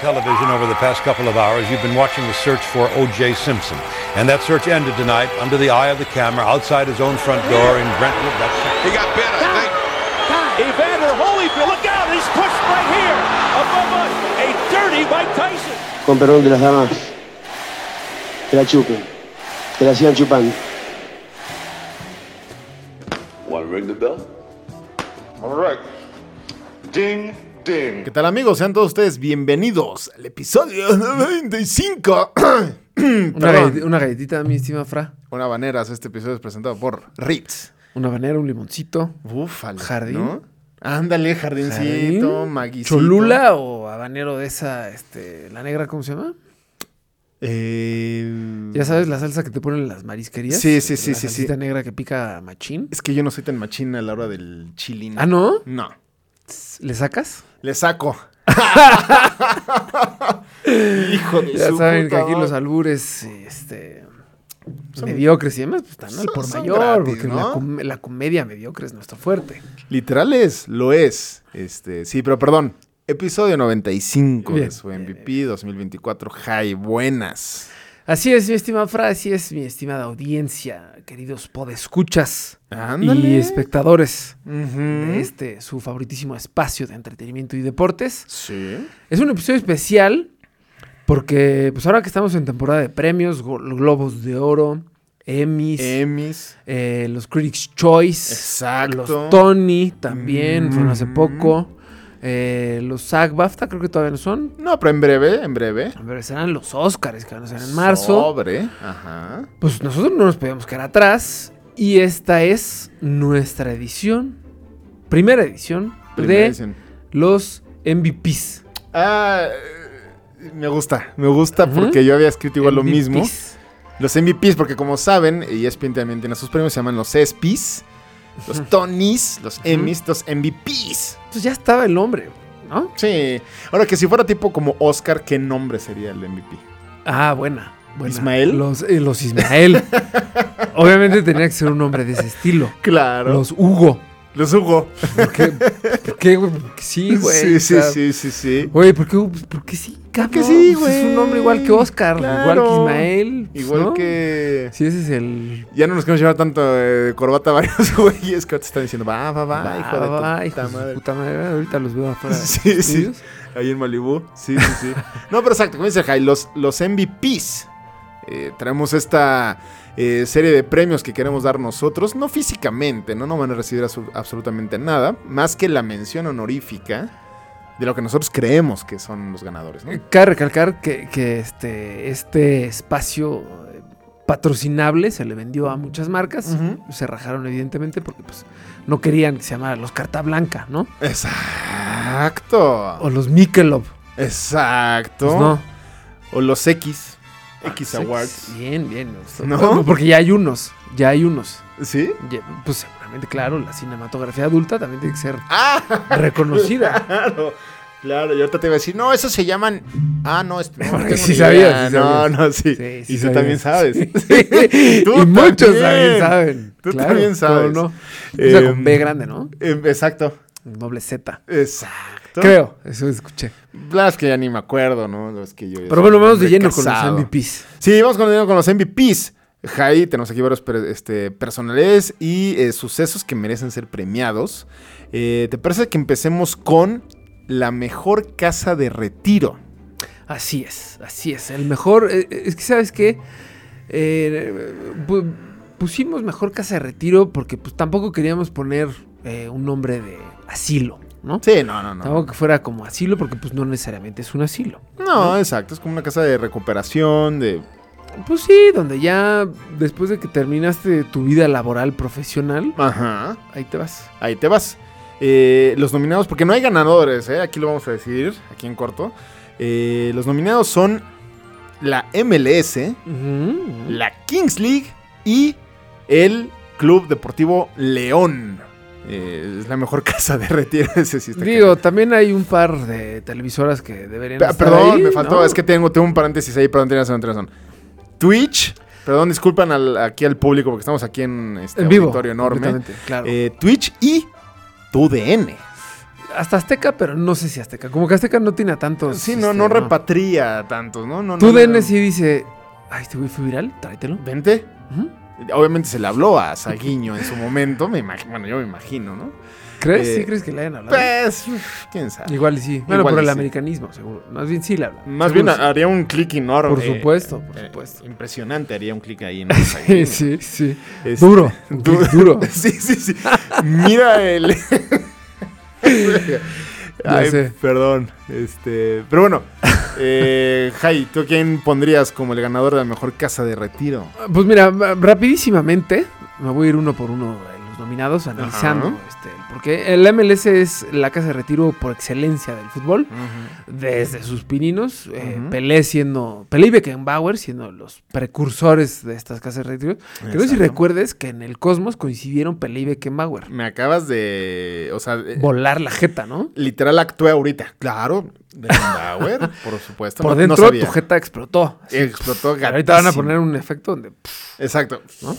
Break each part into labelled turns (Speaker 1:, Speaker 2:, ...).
Speaker 1: television over the past couple of hours, you've been watching the search for O.J. Simpson. And that search ended tonight under the eye of the camera outside his own front door in Brentwood. That's-
Speaker 2: He got bit, I think.
Speaker 3: Evander Holyfield, look out, he's pushed right here above us. A dirty Mike Tyson.
Speaker 4: Con perdón de las damas. Que la chupen. Que la sigan chupando.
Speaker 5: Want to ring the bell?
Speaker 2: All right. Ding, ding.
Speaker 6: ¿Qué tal amigos? Sean todos ustedes bienvenidos al episodio 95.
Speaker 7: Una,
Speaker 6: Perdón.
Speaker 7: gallet- una galletita, mi estimada Fra.
Speaker 6: Una baneras, este episodio es presentado por Ritz.
Speaker 7: Una banera, un limoncito.
Speaker 6: Búfalo.
Speaker 7: Jardín.
Speaker 6: ¿no? Ándale, jardincito,
Speaker 7: Jardín.
Speaker 6: maguisito.
Speaker 7: Cholula o habanero de esa, este, la negra, ¿cómo se llama?
Speaker 6: Eh,
Speaker 7: Ya sabes, la salsa que te ponen en las marisquerías.
Speaker 6: Sí, sí, sí,
Speaker 7: La
Speaker 6: sí, sí.
Speaker 7: salsita negra que pica machín.
Speaker 6: Es que yo no soy tan machina a la hora del chilín.
Speaker 7: Ah, ¿no?
Speaker 6: No.
Speaker 7: ¿Le sacas?
Speaker 6: Le saco. Hijo de
Speaker 7: Ya
Speaker 6: su
Speaker 7: saben que
Speaker 6: puta
Speaker 7: aquí los
Speaker 6: madre.
Speaker 7: albures, este, mediocres y demás, pues están al
Speaker 6: son-
Speaker 7: por
Speaker 6: son
Speaker 7: mayor,
Speaker 6: gratis,
Speaker 7: porque
Speaker 6: ¿no?
Speaker 7: la, com- la comedia mediocre es nuestro fuerte.
Speaker 6: Literal es, lo es. Este, sí, pero perdón. Episodio 95 de
Speaker 7: Bien,
Speaker 6: su MVP 2024. Jai, buenas.
Speaker 7: Así es, mi estimada Fra, así es, mi estimada audiencia, queridos podescuchas
Speaker 6: Ándale.
Speaker 7: y espectadores. de
Speaker 6: Ujú.
Speaker 7: este, su favoritísimo espacio de entretenimiento y deportes.
Speaker 6: Sí.
Speaker 7: Es un episodio especial porque pues ahora que estamos en temporada de premios, go- Globos de Oro, Emmys,
Speaker 6: Emis.
Speaker 7: eh, los Critics Choice,
Speaker 6: Em-, Exacto.
Speaker 7: los Tony también, fueron hace
Speaker 6: Mm.
Speaker 7: poco, eh, los SAG BAFTA creo que todavía no son,
Speaker 6: No, pero en breve, en breve.
Speaker 7: pero serán los Oscars que van a ser en marzo.
Speaker 6: Sobre. Ajá.
Speaker 7: Pues nosotros no nos podíamos quedar atrás y esta es nuestra edición, primera edición
Speaker 6: Primera
Speaker 7: de
Speaker 6: edición.
Speaker 7: los MVPs.
Speaker 6: Ah, eh, me gusta, me gusta
Speaker 7: Ujú.
Speaker 6: porque yo había escrito igual lo
Speaker 7: MVPs.
Speaker 6: mismo. Los MVPs, porque como saben, ESPN también tiene sus premios, se llaman los ESPYs, los Tonys, los Emmys, los MVPs.
Speaker 7: Entonces ya estaba el hombre, ¿no?
Speaker 6: Sí. Ahora que si fuera tipo como Oscar, ¿qué nombre sería el MVP?
Speaker 7: Ah, buena. buena.
Speaker 6: ¿Ismael?
Speaker 7: Los, eh, los Ismael. Obviamente tenía que ser un hombre de ese estilo.
Speaker 6: Claro. Los,
Speaker 7: Los Hugo.
Speaker 6: Hugo.
Speaker 7: ¿Por qué? ¿Por qué, güey? Porque Sí, güey.
Speaker 6: sí, sí,
Speaker 7: o sea, pues,
Speaker 6: sí, sí, sí.
Speaker 7: Güey, ¿por qué, por qué sí? Cabrón?
Speaker 6: Porque sí,
Speaker 7: Pues Es
Speaker 6: güey.
Speaker 7: un hombre igual que Oscar, igual que
Speaker 6: Claro.
Speaker 7: Ismael. pues,
Speaker 6: Igual
Speaker 7: ¿no?
Speaker 6: que.
Speaker 7: Sí, ese es el.
Speaker 6: Ya no nos queremos llevar tanto eh, de corbata a varios güeyes que ahora te están diciendo, va, va, va, hijo de tu
Speaker 7: va, hijo
Speaker 6: puta
Speaker 7: de su
Speaker 6: madre.
Speaker 7: puta madre. Ahorita los veo afuera. de
Speaker 6: Sí,
Speaker 7: los
Speaker 6: sí.
Speaker 7: estudios.
Speaker 6: Ahí en Malibú. Sí, sí, sí. no, pero exacto, como dice Jai, los, los MVPs. eh, traemos esta eh, serie de premios que queremos dar nosotros, no físicamente, no, no van a recibir asu- absolutamente nada, más que la mención honorífica de lo que nosotros creemos que son los ganadores. ¿no?
Speaker 7: Cabe recalcar que, que este, este espacio eh, patrocinable se le vendió a muchas marcas.
Speaker 6: Ujú.
Speaker 7: Se rajaron, evidentemente, porque pues, no querían que se llamara los Carta Blanca, ¿no?
Speaker 6: Exacto.
Speaker 7: O los Michelob.
Speaker 6: Exacto.
Speaker 7: Pues no.
Speaker 6: O los X. X
Speaker 7: Ah,
Speaker 6: Awards.
Speaker 7: Bien, bien. me gustó.
Speaker 6: ¿No?
Speaker 7: Bueno, Porque ya hay unos. Ya hay unos.
Speaker 6: ¿Sí?
Speaker 7: Ya- pues seguramente, claro, la cinematografía adulta también tiene que ser
Speaker 6: ¡Ah!
Speaker 7: reconocida.
Speaker 6: Claro, claro. Y ahorita te iba a decir, no, esos se llaman. Ah, no, este. No,
Speaker 7: Porque
Speaker 6: tengo
Speaker 7: sí
Speaker 6: ni
Speaker 7: sabías,
Speaker 6: idea".
Speaker 7: sí
Speaker 6: no,
Speaker 7: sabías.
Speaker 6: no, sí.
Speaker 7: Sí, sí
Speaker 6: y tú también sabes.
Speaker 7: sabías. y
Speaker 6: Tú también.
Speaker 7: muchos también saben.
Speaker 6: Tú
Speaker 7: Claro,
Speaker 6: también
Speaker 7: ¿cómo
Speaker 6: sabes.
Speaker 7: no? Empieza
Speaker 6: Eh,
Speaker 7: con B grande, ¿no?
Speaker 6: Em, exacto.
Speaker 7: Doble Z.
Speaker 6: Exacto.
Speaker 7: Creo, eso escuché.
Speaker 6: La verdad es que ya ni me acuerdo, ¿no? Es que yo ya
Speaker 7: Pero
Speaker 6: soy
Speaker 7: bueno,
Speaker 6: un
Speaker 7: vamos de
Speaker 6: hombre
Speaker 7: lleno con
Speaker 6: casado.
Speaker 7: los MVPs.
Speaker 6: Sí, vamos con, de lleno con los MVPs. Jai, tenemos aquí varios per- este, personalidades y eh, sucesos que merecen ser premiados. Eh, ¿Te parece que empecemos con la mejor casa de retiro?
Speaker 7: Así es, así es. El mejor, eh, eh, es que sabes qué, Eh, pu- pusimos mejor casa de retiro porque pues tampoco queríamos poner eh, un nombre de asilo, ¿no?
Speaker 6: Sí, no, no, no.
Speaker 7: Tampoco que fuera como asilo porque pues no necesariamente es un asilo.
Speaker 6: No, exacto. Es como una casa de recuperación, de...
Speaker 7: Pues sí, donde ya después de que terminaste tu vida laboral profesional,
Speaker 6: Ajá.
Speaker 7: ahí te vas.
Speaker 6: Ahí te vas. Eh, los nominados, porque no hay ganadores, ¿eh? Aquí lo vamos a decidir, aquí en corto. Eh, los nominados son la MLS,
Speaker 7: Ujú.
Speaker 6: la Kings League y el Club Deportivo León. Eh, es la mejor casa de retiro. Ese sí está
Speaker 7: Digo,
Speaker 6: cañón.
Speaker 7: también hay un par de televisoras que deberían...
Speaker 6: Pe-
Speaker 7: estar
Speaker 6: perdón,
Speaker 7: ahí,
Speaker 6: me faltó.
Speaker 7: ¿no?
Speaker 6: Es que tengo, tengo un paréntesis ahí, perdón, tienes razón, tienes razón. Twitch, perdón, disculpan al- aquí al público porque estamos aquí en este
Speaker 7: en vivo. Eh,
Speaker 6: auditorio enorme.
Speaker 7: completamente, Claro.
Speaker 6: Eh, Twitch y TUDN.
Speaker 7: hasta Azteca, pero no sé si Azteca. Como que Azteca no tiene a tantos.
Speaker 6: Sí, no,
Speaker 7: este,
Speaker 6: no repatría tanto, ¿no? no
Speaker 7: Tú
Speaker 6: no,
Speaker 7: DN
Speaker 6: no.
Speaker 7: sí dice, ay, este güey fue viral, tráetelo.
Speaker 6: Vente.
Speaker 7: Ujú.
Speaker 6: Obviamente se le habló a Saguiño en su momento, me imag- bueno, yo me imagino, ¿no?
Speaker 7: ¿Crees?
Speaker 6: Eh,
Speaker 7: sí, crees que le hayan hablado.
Speaker 6: Pues, uf, quién sabe.
Speaker 7: Igual y sí. Bueno,
Speaker 6: Igual
Speaker 7: por
Speaker 6: y
Speaker 7: el
Speaker 6: sí.
Speaker 7: americanismo, seguro. Más bien sí le hablan.
Speaker 6: Más bien
Speaker 7: Seguro sí.
Speaker 6: haría un clic enorme.
Speaker 7: Por supuesto, por
Speaker 6: eh,
Speaker 7: supuesto.
Speaker 6: impresionante, haría un clic ahí. ¿no?
Speaker 7: Sí, sí, sí.
Speaker 6: Este,
Speaker 7: Duro. du- duro.
Speaker 6: sí, sí, sí. Mira el. Ay,
Speaker 7: sé.
Speaker 6: perdón. Este, pero bueno, eh, Jai, ¿tú a quién pondrías como el ganador de la mejor casa de retiro?
Speaker 7: Pues mira, m- rapidísimamente me voy a ir uno por uno de los nominados analizando.
Speaker 6: Ajá.
Speaker 7: este, porque el MLS es la casa de retiro por excelencia del fútbol. Desde sus pininos, eh,
Speaker 6: Ujú.
Speaker 7: Pelé siendo, Pelé y Beckenbauer siendo los precursores de estas casas de retiro. Que no sé si
Speaker 6: Exacto.
Speaker 7: recuerdes que en el Cosmos coincidieron Pelé y Beckenbauer.
Speaker 6: Me acabas de. O sea, eh,
Speaker 7: Volar la jeta, ¿no?
Speaker 6: literal actué ahorita. Claro, de Bauer, por supuesto.
Speaker 7: Por
Speaker 6: no- no
Speaker 7: dentro
Speaker 6: sabía.
Speaker 7: tu jeta explotó. así.
Speaker 6: Explotó
Speaker 7: Ahorita van a
Speaker 6: gatísimo.
Speaker 7: poner un efecto donde pff,
Speaker 6: Exacto.
Speaker 7: ¿No?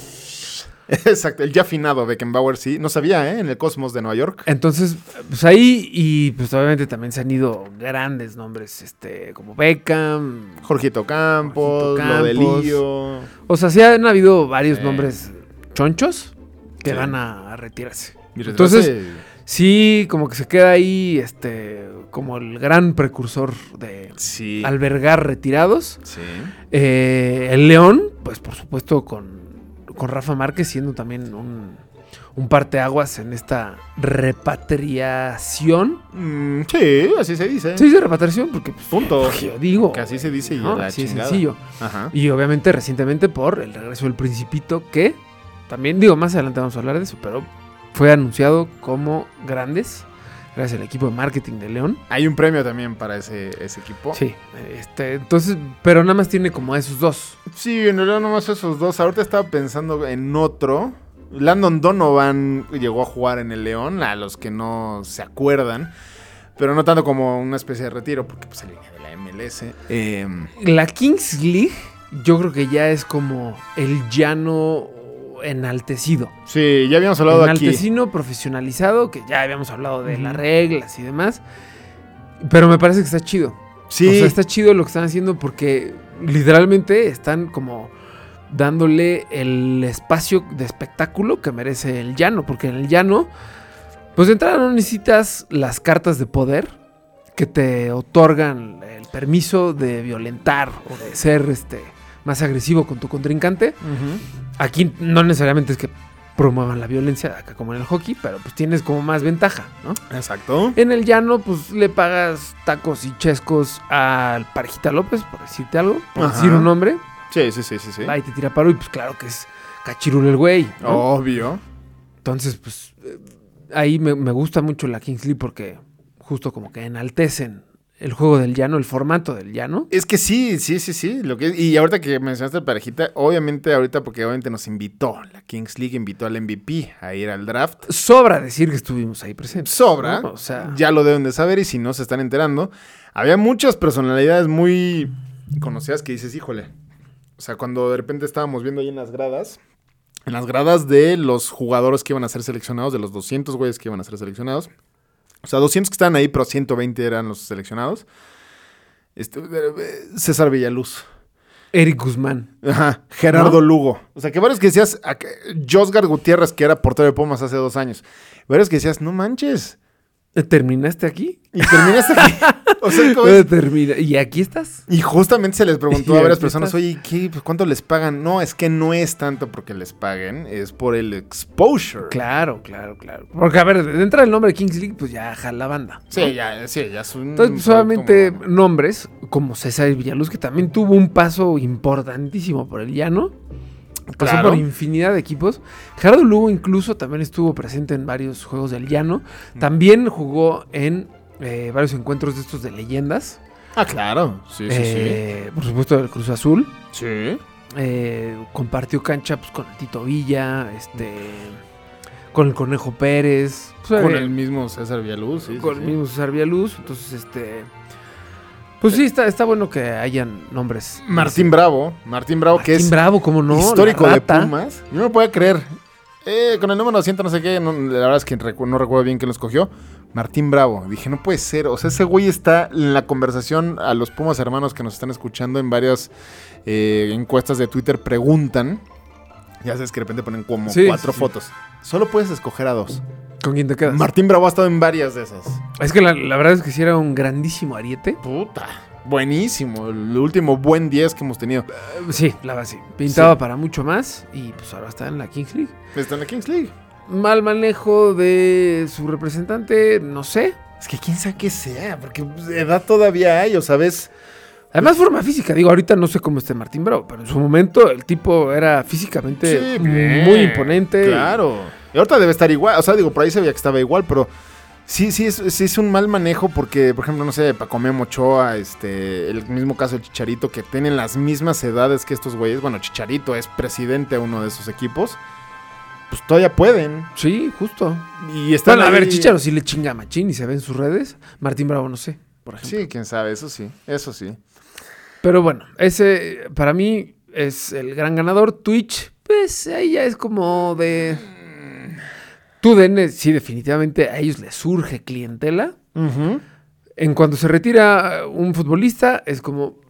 Speaker 6: Exacto. El ya afinado Beckenbauer, sí. No sabía, ¿eh? En el Cosmos de Nueva York.
Speaker 7: Entonces, pues ahí, y pues obviamente también se han ido grandes nombres, este, como Beckham.
Speaker 6: Jorgito Campos,
Speaker 7: Jorgito
Speaker 6: lo de
Speaker 7: Campos.
Speaker 6: Lío.
Speaker 7: O sea, sí han habido varios
Speaker 6: Sí.
Speaker 7: nombres chonchos que
Speaker 6: Sí.
Speaker 7: van a, a retirarse.
Speaker 6: Mira,
Speaker 7: Entonces,
Speaker 6: hace-
Speaker 7: Sí, como que se queda ahí, este, como el gran precursor de
Speaker 6: Sí.
Speaker 7: albergar retirados.
Speaker 6: Sí.
Speaker 7: Eh, el León, pues por supuesto con, con Rafa Márquez siendo también un, un parteaguas en esta repatriación.
Speaker 6: Mm, sí, así se dice.
Speaker 7: Se dice repatriación porque pues,
Speaker 6: Punto.
Speaker 7: yo digo.
Speaker 6: Que así se dice y
Speaker 7: oh, ¿no?
Speaker 6: a la
Speaker 7: Así de
Speaker 6: chingada.
Speaker 7: sencillo.
Speaker 6: Ajá.
Speaker 7: Y obviamente recientemente por el regreso del Principito, que también, digo, más adelante vamos a hablar de eso, pero fue anunciado como grandes, gracias al equipo de marketing de León.
Speaker 6: Hay un premio también para ese, ese equipo.
Speaker 7: Sí, este, entonces, pero nada más tiene como a esos dos.
Speaker 6: Sí, en realidad nomás esos dos. Ahorita estaba pensando en otro. Landon Donovan llegó a jugar en el León, a los que no se acuerdan. Pero no tanto como una especie de retiro, porque pues se venía de la MLS. Em,
Speaker 7: La Kings League, yo creo que ya es como el llano enaltecido.
Speaker 6: sí, ya habíamos hablado aquí.
Speaker 7: Enaltecino profesionalizado, que ya habíamos hablado de las reglas y demás. Pero me parece que está chido.
Speaker 6: Sí,
Speaker 7: O sea, este- está chido lo que están haciendo porque literalmente están como dándole el espacio de espectáculo que merece el llano. Porque en el llano, pues de entrada no necesitas las cartas de poder que te otorgan el permiso de violentar o de ser este más agresivo con tu contrincante. Aquí no necesariamente es que promuevan la violencia, acá como en el hockey, pero pues tienes como más ventaja, ¿no?
Speaker 6: exacto.
Speaker 7: En el llano, pues le pagas tacos y chescos al Parejita López, por decirte algo, por
Speaker 6: Ajá.
Speaker 7: decir un nombre.
Speaker 6: Sí, sí, sí, sí. sí.
Speaker 7: Ahí te tira paro y pues claro que es cachirulo el güey.
Speaker 6: Oh.
Speaker 7: ¿no?
Speaker 6: Obvio.
Speaker 7: Entonces, pues eh, ahí me, me gusta mucho la Kingsley porque justo como que enaltecen el juego del llano, el formato del llano.
Speaker 6: Es que sí, sí, sí, sí. Lo que y ahorita que mencionaste la parejita, obviamente ahorita porque obviamente nos invitó, la Kings League invitó al MVP a ir al draft.
Speaker 7: Sobra decir que estuvimos ahí presentes.
Speaker 6: sobra,
Speaker 7: ¿no? O sea,
Speaker 6: ya lo deben de saber y si no se están enterando, había muchas personalidades muy conocidas que dices, híjole, o sea, cuando de repente estábamos viendo ahí en las gradas, en las gradas de los jugadores que iban a ser seleccionados, de los 200 güeyes que iban a ser seleccionados, o sea, 200 que estaban ahí, pero 120 eran los seleccionados, este, eh, César Villaluz.
Speaker 7: Eric Guzmán.
Speaker 6: Ajá, Gerardo
Speaker 7: ¿No?
Speaker 6: Lugo. O sea, que varios que decías, a que- Josgar Gutiérrez, que era portero de Pumas hace dos años, varios que decías, no manches,
Speaker 7: ¿Terminaste aquí?
Speaker 6: y terminaste aquí. O sea, ¿cómo es?
Speaker 7: Termina- ¿Y aquí estás?
Speaker 6: Y justamente se les preguntó
Speaker 7: Y
Speaker 6: a varias
Speaker 7: aquí
Speaker 6: personas,
Speaker 7: estás.
Speaker 6: oye, ¿qué, pues, ¿cuánto les pagan? No, es que no es tanto porque les paguen, es por el exposure.
Speaker 7: Claro, claro, claro. Porque, a ver, dentro del nombre de Kings League, pues ya jala banda.
Speaker 6: Sí, ya, sí, ya es un...
Speaker 7: Entonces,
Speaker 6: producto
Speaker 7: solamente
Speaker 6: muy bueno.
Speaker 7: nombres como César Villaluz, que también tuvo un paso importantísimo por el llano. Pasó
Speaker 6: Claro.
Speaker 7: por infinidad de equipos. Gerardo Lugo incluso también estuvo presente en varios juegos del llano.
Speaker 6: Mm.
Speaker 7: También jugó en eh, varios encuentros de estos de leyendas.
Speaker 6: Ah, claro. Sí, sí,
Speaker 7: Eh, Por supuesto, del Cruz Azul.
Speaker 6: sí. Sí.
Speaker 7: Eh, compartió cancha pues, con el Tito Villa, este, con el Conejo Pérez. Pues,
Speaker 6: Con
Speaker 7: eh,
Speaker 6: el mismo César Villaluz, sí. sí,
Speaker 7: con
Speaker 6: sí.
Speaker 7: el mismo César Villaluz. Entonces, este. Pues sí, está, está bueno que hayan nombres.
Speaker 6: Martín Bravo. Martín Bravo, que
Speaker 7: Martín
Speaker 6: es
Speaker 7: Bravo, ¿cómo no?
Speaker 6: histórico
Speaker 7: La
Speaker 6: de
Speaker 7: Rata.
Speaker 6: Pumas. Yo no me puedo creer. eh, con el número 200 no sé qué, no- la verdad es que recu- no recuerdo bien quién lo escogió, Martín Bravo. Dije, no puede ser, o sea, ese güey está en la conversación a los Pumas hermanos que nos están escuchando en varias eh, encuestas de Twitter preguntan, ya sabes que de repente ponen como
Speaker 7: Sí,
Speaker 6: cuatro
Speaker 7: sí, sí.
Speaker 6: fotos. Solo puedes escoger a dos.
Speaker 7: ¿Con quién te quedas?
Speaker 6: Martín Bravo ha estado en varias de esas.
Speaker 7: es que la, la verdad es que sí era un grandísimo ariete.
Speaker 6: Puta. Buenísimo, el último buen 10 que hemos tenido.
Speaker 7: Eh, Sí, la verdad sí. Pintaba para mucho más y pues ahora está en la Kings League.
Speaker 6: Está en la Kings League.
Speaker 7: Mal manejo de su representante, no sé.
Speaker 6: Es que quién sabe qué sea, porque pues, edad todavía hay, o sabes.
Speaker 7: Además, forma física. Digo, ahorita no sé cómo esté Martín Bravo, pero en su momento el tipo era físicamente muy imponente.
Speaker 6: Claro. Y ahorita debe estar igual, o sea, digo, por ahí se veía que estaba igual, pero sí, sí es, sí es un mal manejo porque, por ejemplo, no sé, Paco Memo Ochoa, este, el mismo caso de Chicharito, que tienen las mismas edades que estos güeyes. Bueno, Chicharito es presidente de uno de esos equipos. Pues todavía pueden.
Speaker 7: Sí, justo.
Speaker 6: Y están
Speaker 7: Bueno, a ver,
Speaker 6: ahí-
Speaker 7: Chicharo sí le chinga a Machín y se ve en sus redes. Martín Bravo, no sé, por ejemplo.
Speaker 6: Sí, quién sabe, eso sí, eso sí.
Speaker 7: Pero bueno, ese para mí es el gran ganador. Twitch, pues ahí ya es como de.
Speaker 6: Mm.
Speaker 7: TUDN, sí, definitivamente a ellos les surge clientela. En cuanto se retira eh, un futbolista, es como.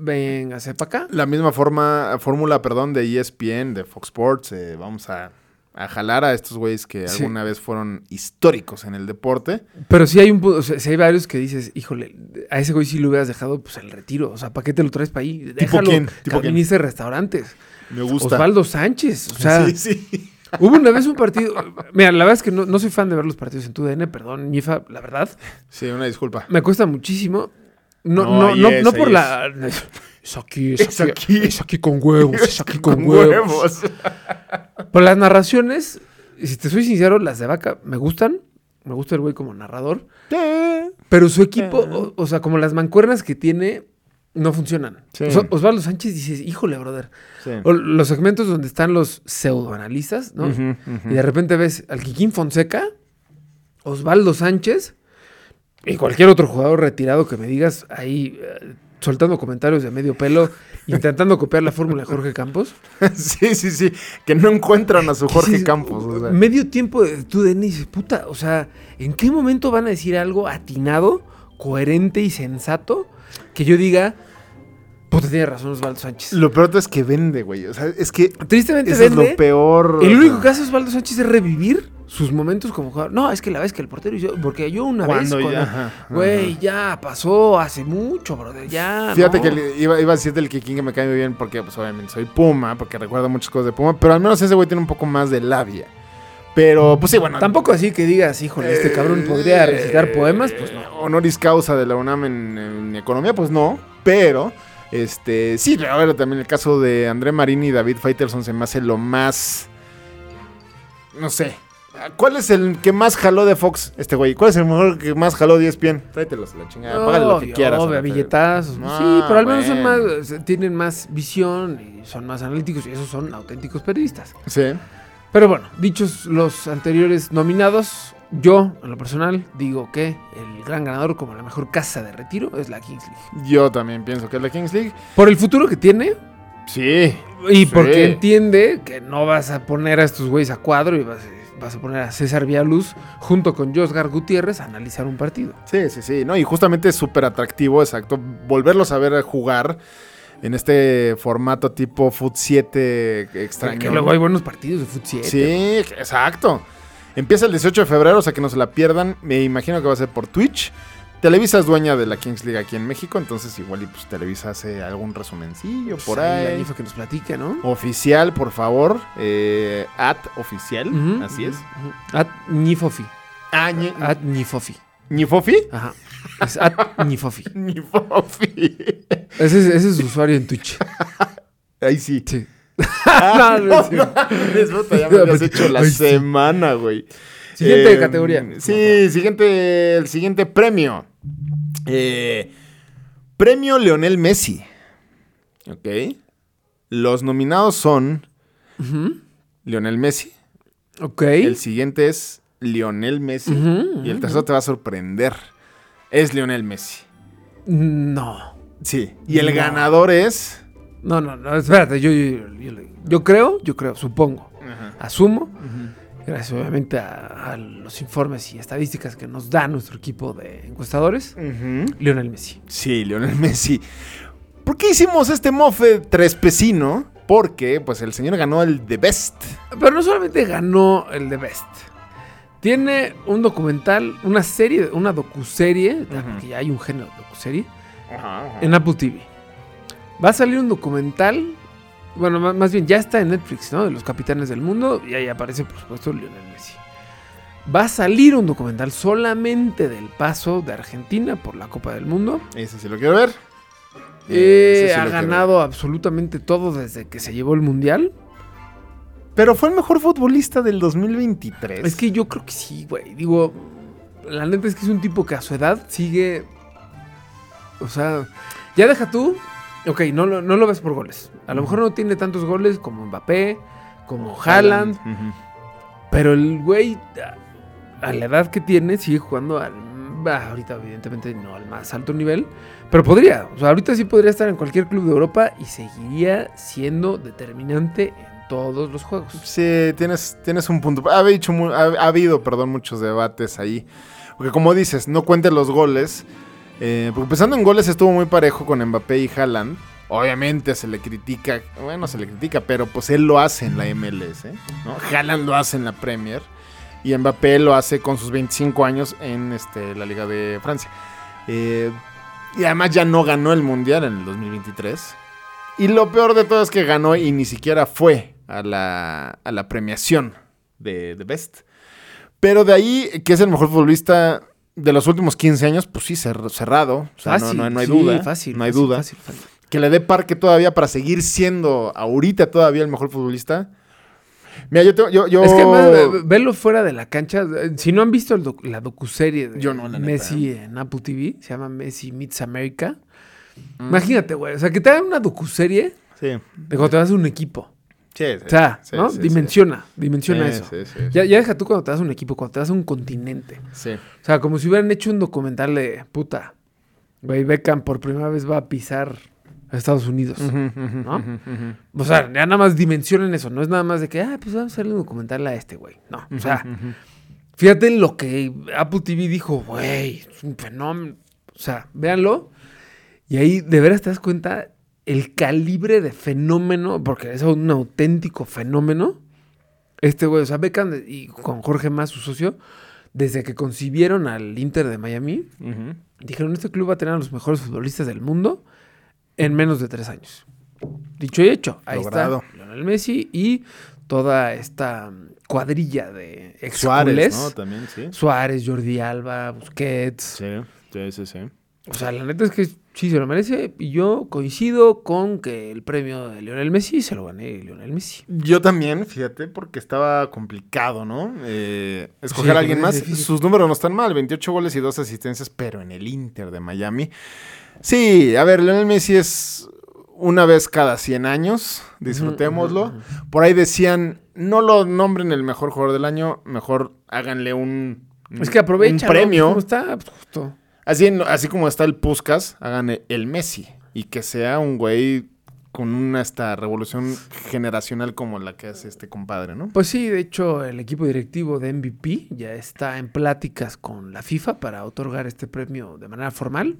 Speaker 7: Véngase para acá.
Speaker 6: La misma forma, fórmula, perdón, de E ESPN, de Fox Sports, eh, vamos a, a jalar a estos güeyes que
Speaker 7: Sí.
Speaker 6: alguna vez fueron históricos en el deporte.
Speaker 7: Pero sí hay un pu- o sea, sí hay varios que dices, híjole, a ese güey sí le hubieras dejado pues el retiro. O sea, ¿para qué te lo traes para ahí? Déjalo
Speaker 6: quién?
Speaker 7: que
Speaker 6: ¿Tipo quién?
Speaker 7: administre restaurantes.
Speaker 6: Me gusta.
Speaker 7: Osvaldo Sánchez. O sea,
Speaker 6: sí, sí.
Speaker 7: Hubo una vez un partido. Mira, la verdad es que no, no soy fan de ver los partidos en tu DN, perdón, Mifa, la verdad.
Speaker 6: Sí, una disculpa.
Speaker 7: Me cuesta muchísimo. No,
Speaker 6: No,
Speaker 7: no,
Speaker 6: ahí
Speaker 7: no,
Speaker 6: es,
Speaker 7: no
Speaker 6: ahí
Speaker 7: por
Speaker 6: es.
Speaker 7: la. Es aquí, es,
Speaker 6: Es
Speaker 7: aquí,
Speaker 6: aquí.
Speaker 7: Es aquí con huevos, es aquí con, huevos. Por las narraciones, y si te soy sincero, las de vaca me gustan. Me gusta el güey como narrador. Pero su equipo, o, o sea, como las mancuernas que tiene, no funcionan.
Speaker 6: Sí.
Speaker 7: O sea, Osvaldo Sánchez dices, híjole, brother.
Speaker 6: Sí.
Speaker 7: O los segmentos donde están los pseudoanalistas, ¿no?
Speaker 6: Ujú, ujú.
Speaker 7: Y de repente ves al Kikín Fonseca, Osvaldo Sánchez y cualquier otro jugador retirado que me digas ahí eh, soltando comentarios de medio pelo, intentando copiar la fórmula de Jorge Campos.
Speaker 6: sí, sí, sí. Que no encuentran a su Jorge
Speaker 7: Dices,
Speaker 6: Campos. o sea.
Speaker 7: Medio tiempo de tu DN y dices, puta, o sea, ¿en qué momento van a decir algo atinado, coherente y sensato que yo diga, puta, tiene razón Osvaldo Sánchez?
Speaker 6: Lo peor es que vende, güey. O sea, es que
Speaker 7: Tristemente
Speaker 6: eso es
Speaker 7: vende.
Speaker 6: lo peor.
Speaker 7: El
Speaker 6: o
Speaker 7: único
Speaker 6: sea.
Speaker 7: que hace Osvaldo Sánchez es revivir sus momentos como jugador. No, es que la vez que el portero hizo. Porque yo una vez.
Speaker 6: Cuando
Speaker 7: con-
Speaker 6: ya, ajá,
Speaker 7: Güey, ya pasó hace mucho, brother. Ya.
Speaker 6: Fíjate
Speaker 7: no.
Speaker 6: que le- iba, iba a decir del Kikín que me cae muy bien porque, pues, obviamente soy Puma, porque recuerdo muchas cosas de Puma, pero al menos ese güey tiene un poco más de labia. Pero, pues sí, bueno.
Speaker 7: Tampoco así que digas, híjole, este cabrón podría recitar poemas. Pues no.
Speaker 6: Eh, Honoris causa de la UNAM en, en economía, pues no, pero. Este, sí, a ver, también el caso de André Marini y David Faitelson se me hace lo más. No sé. ¿Cuál es el que más jaló de Fox, este güey? ¿Cuál es el mejor que más jaló de E ESPN? Tráetelos a la chingada, págale Eh, lo que
Speaker 7: Obvio,
Speaker 6: quieras.
Speaker 7: obvio,
Speaker 6: a la
Speaker 7: billetazos.
Speaker 6: Ah,
Speaker 7: sí, pero al menos son
Speaker 6: bueno.
Speaker 7: más, se- tienen más visión y son más analíticos y esos son auténticos periodistas.
Speaker 6: tele. Sí.
Speaker 7: Pero bueno, dichos los anteriores nominados, yo, en lo personal, digo que el gran ganador como la mejor casa de retiro es la Kings League.
Speaker 6: Yo también pienso que es la Kings League.
Speaker 7: Por el futuro que tiene
Speaker 6: Sí.
Speaker 7: y porque
Speaker 6: Sí.
Speaker 7: entiende que no vas a poner a estos güeyes a cuadro y vas, vas a poner a César Vialuz junto con Josgar Gutiérrez a analizar un partido.
Speaker 6: Sí, sí, sí. No, y justamente es súper atractivo, exacto. Volverlos a ver jugar en este formato tipo Foot 7 extraño.
Speaker 7: Que luego hay buenos partidos de futsal.
Speaker 6: Sí, exacto. Empieza el 18 de febrero, o sea que no se la pierdan. Me imagino que va a ser por Twitch. Televisa es dueña de la Kings League aquí en México, entonces igual y pues Televisa hace algún resumencillo
Speaker 7: Pues
Speaker 6: por
Speaker 7: ahí la
Speaker 6: ahí.
Speaker 7: Nifa que nos platica, ¿no?
Speaker 6: Oficial, por favor. eh, at oficial,
Speaker 7: Ujú,
Speaker 6: así es.
Speaker 7: ujú, ujú. At Nifofi.
Speaker 6: Ah, ñe-
Speaker 7: At Nifofi.
Speaker 6: ¿Ni Fofi?
Speaker 7: Ajá. Es at Nifofi.
Speaker 6: Ni Fofi.
Speaker 7: Ese es, ese es su usuario en Twitch.
Speaker 6: Ahí sí.
Speaker 7: Sí. Ah, No, no, sí.
Speaker 6: Es puta, ya me habías hecho la
Speaker 7: Ay, sí.
Speaker 6: semana, güey.
Speaker 7: Siguiente
Speaker 6: Eh,
Speaker 7: categoría.
Speaker 6: Sí, siguiente, el siguiente premio. Eh, premio Leonel Messi. Ok. Los nominados son Leonel Messi.
Speaker 7: Ok.
Speaker 6: El siguiente es Lionel Messi.
Speaker 7: Ujú,
Speaker 6: Y el tercero te va a sorprender. Es Lionel Messi.
Speaker 7: No.
Speaker 6: Sí. Y el
Speaker 7: No.
Speaker 6: ganador es.
Speaker 7: No, no, no. Espérate, yo, yo, yo- yo- yo creo, yo creo, supongo. asumo. Gracias obviamente a, a los informes y estadísticas que nos da nuestro equipo de encuestadores. Lionel Messi.
Speaker 6: Sí, Lionel Messi. ¿Por qué hicimos este mofe trespecino? Porque, pues, el señor ganó el The Best.
Speaker 7: Pero no solamente ganó el The Best. Tiene un documental, una serie, una docuserie, que ya hay un género de docuserie, en Apple TV. Va a salir un documental, bueno, ma- más bien ya está en Netflix, ¿no? De los capitanes del mundo, y ahí aparece, por supuesto, Lionel Messi. Va a salir un documental solamente del paso de Argentina por la Copa del Mundo.
Speaker 6: Ese sí lo quiero ver.
Speaker 7: Eh,
Speaker 6: Ese sí lo
Speaker 7: ha
Speaker 6: quiero
Speaker 7: ganado absolutamente todo desde que se llevó el mundial.
Speaker 6: ver. Pero fue el mejor futbolista del 2023.
Speaker 7: Es que yo creo que sí, güey. Digo, la neta es que es un tipo que a su edad sigue. O sea, ya deja tú. Ok, no lo, no lo ves por goles. A lo mejor no tiene tantos goles como Mbappé, como Haaland.
Speaker 6: Ujú.
Speaker 7: Pero el güey, a- a la edad que tiene, sigue jugando al. bah, ahorita, evidentemente, no al más alto nivel. Pero podría. O sea, ahorita sí podría estar en cualquier club de Europa y seguiría siendo determinante en todos los juegos.
Speaker 6: Sí, tienes, tienes un punto. Ha, dicho mu- ha- ha habido, perdón, muchos debates ahí. Porque como dices, no cuentes los goles. Eh, porque pensando en goles estuvo muy parejo con Mbappé y Haaland. Obviamente se le critica, bueno, se le critica, pero pues él lo hace en la MLS, ¿eh? ¿no? Haaland lo hace en la Premier y Mbappé lo hace con sus 25 años en este, la Liga de Francia. Eh, y además ya no ganó el Mundial en el 2023. Y lo peor de todo es que ganó y ni siquiera fue a la, a la premiación de, de Best. Pero de ahí, que es el mejor futbolista de los últimos 15 años, pues sí, cer- cerrado. O sea, no- no, no hay
Speaker 7: sí,
Speaker 6: duda.
Speaker 7: Fácil,
Speaker 6: no hay
Speaker 7: fácil,
Speaker 6: duda.
Speaker 7: fácil, fácil.
Speaker 6: Que le dé parque todavía para seguir siendo ahorita todavía el mejor futbolista. Mira, yo tengo- Yo, yo-
Speaker 7: Es que además, ve- ve- verlo fuera de la cancha. eh, Si no han visto el doc- la docuserie de
Speaker 6: Yo no, la neta,
Speaker 7: Messi en Apple TV, se llama Messi Meets America.
Speaker 6: Mm.
Speaker 7: Imagínate, güey. O sea, que te hagan una docuserie
Speaker 6: Sí.
Speaker 7: de cuando te vas a un equipo.
Speaker 6: Sí, sí,
Speaker 7: O sea,
Speaker 6: sí,
Speaker 7: ¿no?
Speaker 6: sí, sí.
Speaker 7: dimensiona, dimensiona
Speaker 6: Sí,
Speaker 7: eso.
Speaker 6: sí, sí,
Speaker 7: Ya, ya deja tú cuando te das un equipo, cuando te das un continente.
Speaker 6: Sí.
Speaker 7: O sea, como si hubieran hecho un documental de puta. Güey, Beckham por primera vez va a pisar a Estados Unidos. ¿no? O sea, ya nada más dimensionen eso. No es nada más de que, ah, pues vamos a hacerle un documental a este güey. No, o sea, fíjate lo que Apple TV dijo, güey, es un fenómeno. O sea, véanlo. Y ahí de veras te das cuenta el calibre de fenómeno, porque es un auténtico fenómeno. Este güey, o sea, Beckham y con Jorge Más, su socio, desde que concibieron al Inter de Miami, dijeron, este club va a tener a los mejores futbolistas del mundo en menos de tres años. Dicho y hecho, ahí
Speaker 6: Logrado.
Speaker 7: está Lionel Messi y toda esta mm, cuadrilla de ex
Speaker 6: Suárez,
Speaker 7: culés.
Speaker 6: ¿no? También, sí.
Speaker 7: Suárez, Jordi Alba, Busquets.
Speaker 6: Sí, sí, sí, sí.
Speaker 7: O sea, la neta es que sí se lo merece. Y yo coincido con que el premio de Lionel Messi se lo gané Lionel Messi.
Speaker 6: Yo también, fíjate, porque estaba complicado, ¿no? Eh, escoger a alguien
Speaker 7: también es
Speaker 6: más.
Speaker 7: difícil.
Speaker 6: Sus números no están mal, 28 goles y 2 asistencias, pero en el Inter de Miami. Sí, a ver, Lionel Messi es una vez cada 100 años, disfrutémoslo. Por ahí decían, no lo nombren el mejor jugador del año, mejor háganle un...
Speaker 7: Es que aprovecha.
Speaker 6: Mm. Un
Speaker 7: ¿no?
Speaker 6: premio.
Speaker 7: ¿Cómo está? Pues, justo.
Speaker 6: Así, en- así como está el Puskas, hagan el Messi. Y que sea un güey con una esta revolución generacional como la que hace este compadre, ¿no?
Speaker 7: Pues sí, de hecho, el equipo directivo de MVP ya está en pláticas con la FIFA para otorgar este premio de manera formal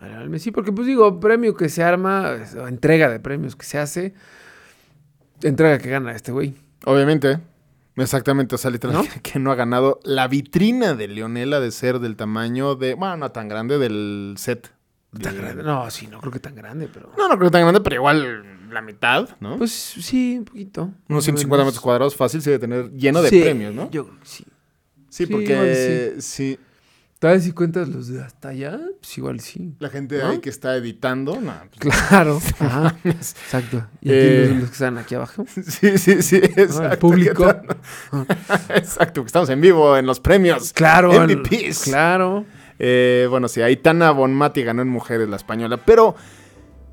Speaker 7: a Lionel Messi. Porque, pues digo, premio que se arma, es- o entrega de premios que se hace, entrega que gana este güey.
Speaker 6: Obviamente. Exactamente, o sea, literal,
Speaker 7: ¿No?
Speaker 6: que no ha ganado. La vitrina de Lionel ha de ser del tamaño de. Bueno, no tan grande, del set.
Speaker 7: Tan
Speaker 6: de-
Speaker 7: grande. No, sí, no creo que tan grande, pero.
Speaker 6: No, no creo que tan grande, pero igual la mitad, ¿no?
Speaker 7: Pues sí, un poquito.
Speaker 6: Unos 150 metros cuadrados fácil se debe tener lleno de
Speaker 7: Sí,
Speaker 6: premios, ¿no?
Speaker 7: Yo creo que sí.
Speaker 6: sí,
Speaker 7: sí,
Speaker 6: porque
Speaker 7: igual
Speaker 6: sí,
Speaker 7: Tal vez si cuentas los de hasta allá, pues igual sí.
Speaker 6: la gente
Speaker 7: ¿No?
Speaker 6: ahí que está editando, no, pues,
Speaker 7: Claro. Ajá, exacto. Y aquí
Speaker 6: Eh,
Speaker 7: los, los que están aquí abajo. ¿no?
Speaker 6: Sí, sí, sí. Exacto,
Speaker 7: el público.
Speaker 6: ¿qué tal? Exacto, que estamos en vivo en los premios.
Speaker 7: Claro. el-
Speaker 6: MVPs.
Speaker 7: Claro.
Speaker 6: Eh, bueno, sí, Aitana Bonmati ganó en Mujeres la Española. Pero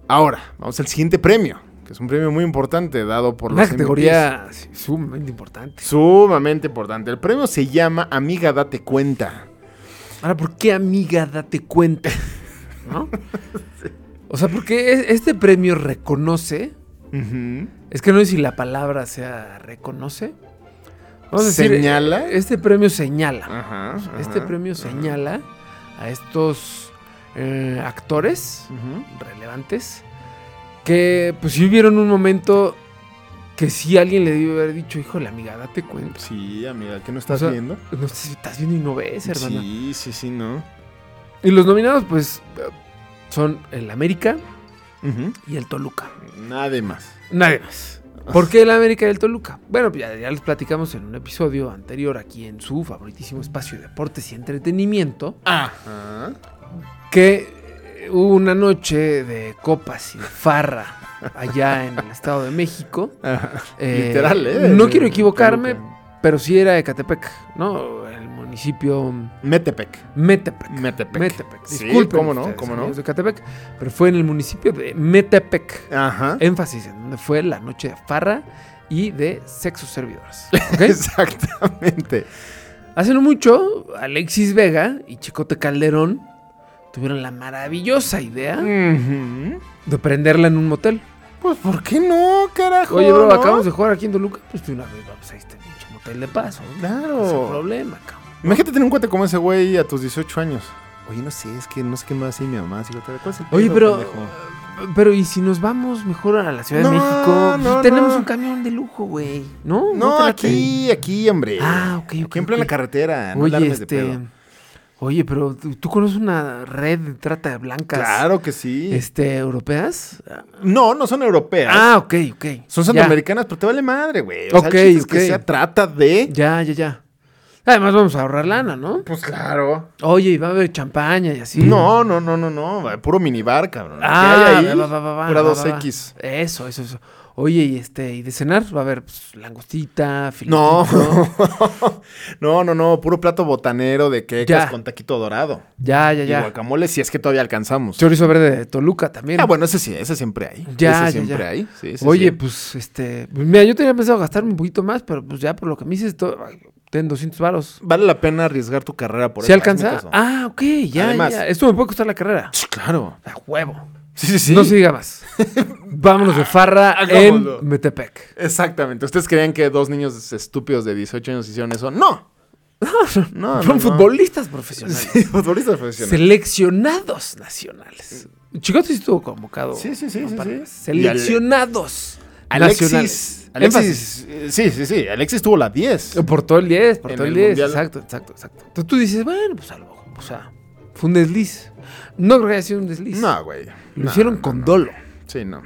Speaker 6: ahora, vamos al siguiente premio, que es un premio muy importante dado por
Speaker 7: Una
Speaker 6: los MVPs.
Speaker 7: categoría sí, sumamente importante.
Speaker 6: Sumamente importante. El premio se llama Amiga Date Cuenta.
Speaker 7: Ahora, ¿por qué amiga date cuenta? ¿No? O sea, porque es- este premio reconoce. Es que no sé si la palabra sea reconoce. Vamos a decir,
Speaker 6: ¿Señala?
Speaker 7: eh, este premio señala.
Speaker 6: Ajá, ajá.
Speaker 7: Este premio señala a estos eh, actores
Speaker 6: Ujú.
Speaker 7: relevantes que pues sí vieron un momento que sí alguien le debió haber dicho, híjole amiga, date cuenta.
Speaker 6: Sí, amiga, ¿qué no estás
Speaker 7: O sea,
Speaker 6: viendo?
Speaker 7: No sé si estás viendo y no ves, hermana.
Speaker 6: Sí, sí, sí, no.
Speaker 7: Y los nominados pues eh, son el América
Speaker 6: Ujú.
Speaker 7: y el Toluca.
Speaker 6: Nada más.
Speaker 7: Nadie más. ¿Por qué el América y el Toluca? Bueno, pues ya, ya les platicamos en un episodio anterior aquí en su favoritísimo espacio de deportes y entretenimiento.
Speaker 6: Ajá.
Speaker 7: que eh, hubo una noche de copas y de farra allá en el Estado de México. Eh,
Speaker 6: Literal, ¿eh?
Speaker 7: No
Speaker 6: De
Speaker 7: quiero equivocarme,
Speaker 6: Toluca.
Speaker 7: pero sí era Ecatepec, ¿no? El municipio
Speaker 6: Metepec.
Speaker 7: Metepec.
Speaker 6: Metepec.
Speaker 7: Metepec.
Speaker 6: Sí,
Speaker 7: Disculpen
Speaker 6: cómo no,
Speaker 7: ustedes,
Speaker 6: cómo no.
Speaker 7: amigos de Ecatepec, pero fue en el municipio de Metepec.
Speaker 6: Ajá.
Speaker 7: Énfasis en donde fue la noche de farra y de sexos servidoras. ¿ok?
Speaker 6: Exactamente.
Speaker 7: Hace no mucho, Alexis Vega y Chicote Calderón tuvieron la maravillosa idea
Speaker 6: Mm. Ujú.
Speaker 7: de prenderla en un motel.
Speaker 6: Pues, ¿por qué no, carajo?
Speaker 7: Oye, bro,
Speaker 6: ¿no?
Speaker 7: acabamos de jugar aquí en Toluca. Pues de una vez vamos a este pinche motel de paso. ¿no? No es
Speaker 6: Claro.
Speaker 7: problema, cabrón.
Speaker 6: Imagínate tener un cuate como ese güey a tus 18 años. Oye, no sé, es que no sé qué me va a decir mi mamá. así que, ¿Cuál es el
Speaker 7: Oye,
Speaker 6: pedo,
Speaker 7: pero.
Speaker 6: pendejo?
Speaker 7: Pero, ¿y si nos vamos mejor a la Ciudad
Speaker 6: No,
Speaker 7: de México?
Speaker 6: no,
Speaker 7: Tenemos
Speaker 6: no.
Speaker 7: un camión de lujo, güey. ¿No?
Speaker 6: No,
Speaker 7: te late?
Speaker 6: aquí, aquí, hombre.
Speaker 7: Ah, ok, ok,
Speaker 6: Aquí en plena
Speaker 7: ok.
Speaker 6: carretera. Ah, no la
Speaker 7: Oye,
Speaker 6: armes de
Speaker 7: este.
Speaker 6: pedo.
Speaker 7: Oye, pero ¿tú, tú conoces una red de trata de blancas.
Speaker 6: Claro que sí.
Speaker 7: Este, europeas.
Speaker 6: No, no son europeas.
Speaker 7: Ah, ok, ok.
Speaker 6: son
Speaker 7: Ya.
Speaker 6: centroamericanas, pero te vale madre, güey. O sea, el
Speaker 7: Ok,
Speaker 6: chiste es que
Speaker 7: ok.
Speaker 6: se trata de.
Speaker 7: Ya, ya, ya. Además, vamos a ahorrar lana, ¿no?
Speaker 6: Pues claro.
Speaker 7: Oye, y va a haber champaña y así.
Speaker 6: No, no, no, no, no. Puro minibar, cabrón.
Speaker 7: Ah,
Speaker 6: ¿Qué hay ahí?
Speaker 7: va, va, va, va,
Speaker 6: Pura
Speaker 7: va, va,
Speaker 6: 2X.
Speaker 7: va. Eso, eso, eso. Oye, y este, y de cenar va a haber pues, langostita,
Speaker 6: No,
Speaker 7: filetito.
Speaker 6: no, no, no, puro plato botanero de quecas
Speaker 7: Ya.
Speaker 6: con taquito dorado.
Speaker 7: Ya, ya,
Speaker 6: Y
Speaker 7: ya.
Speaker 6: guacamole, si es que todavía alcanzamos.
Speaker 7: Chorizo verde de Toluca también.
Speaker 6: Ah, bueno, ese sí, ese siempre hay.
Speaker 7: Ya, ya,
Speaker 6: ese siempre
Speaker 7: ya.
Speaker 6: hay. Sí, ese
Speaker 7: Oye,
Speaker 6: sí.
Speaker 7: pues este, pues, mira, yo tenía pensado gastarme un poquito más, pero pues ya por lo que me dices, todo, ay, ten 200 varos.
Speaker 6: ¿Vale la pena arriesgar tu carrera por
Speaker 7: ¿Se alcanza?
Speaker 6: técnicos, no?
Speaker 7: Ah, ok, ya,
Speaker 6: Además-
Speaker 7: ya. Esto me puede costar la carrera.
Speaker 6: Sí, claro.
Speaker 7: A huevo.
Speaker 6: Sí, sí, sí.
Speaker 7: No se diga más. Vámonos de farra en
Speaker 6: Ah, Hagámoslo.
Speaker 7: Metepec.
Speaker 6: Exactamente. ¿Ustedes creían que dos niños estúpidos de 18 años hicieron eso? No. No, no.
Speaker 7: Son
Speaker 6: no.
Speaker 7: futbolistas profesionales.
Speaker 6: Sí, futbolistas profesionales.
Speaker 7: Seleccionados nacionales. Chicote sí estuvo convocado.
Speaker 6: Sí, sí, sí,
Speaker 7: ¿no?
Speaker 6: sí,
Speaker 7: Para-
Speaker 6: sí.
Speaker 7: Seleccionados nacionales.
Speaker 6: Alexis.
Speaker 7: Énfasis.
Speaker 6: Alexis. eh, Sí, sí, sí. Alexis tuvo la 10.
Speaker 7: Por todo el 10, por
Speaker 6: En
Speaker 7: todo el
Speaker 6: el
Speaker 7: 10.
Speaker 6: Mundial.
Speaker 7: Exacto, exacto, exacto. Entonces tú dices, bueno, pues algo. O sea, fue un desliz. No creo que haya sido un desliz.
Speaker 6: No, güey.
Speaker 7: Lo
Speaker 6: No,
Speaker 7: hicieron
Speaker 6: no,
Speaker 7: con
Speaker 6: no.
Speaker 7: dolo.
Speaker 6: Sí, no.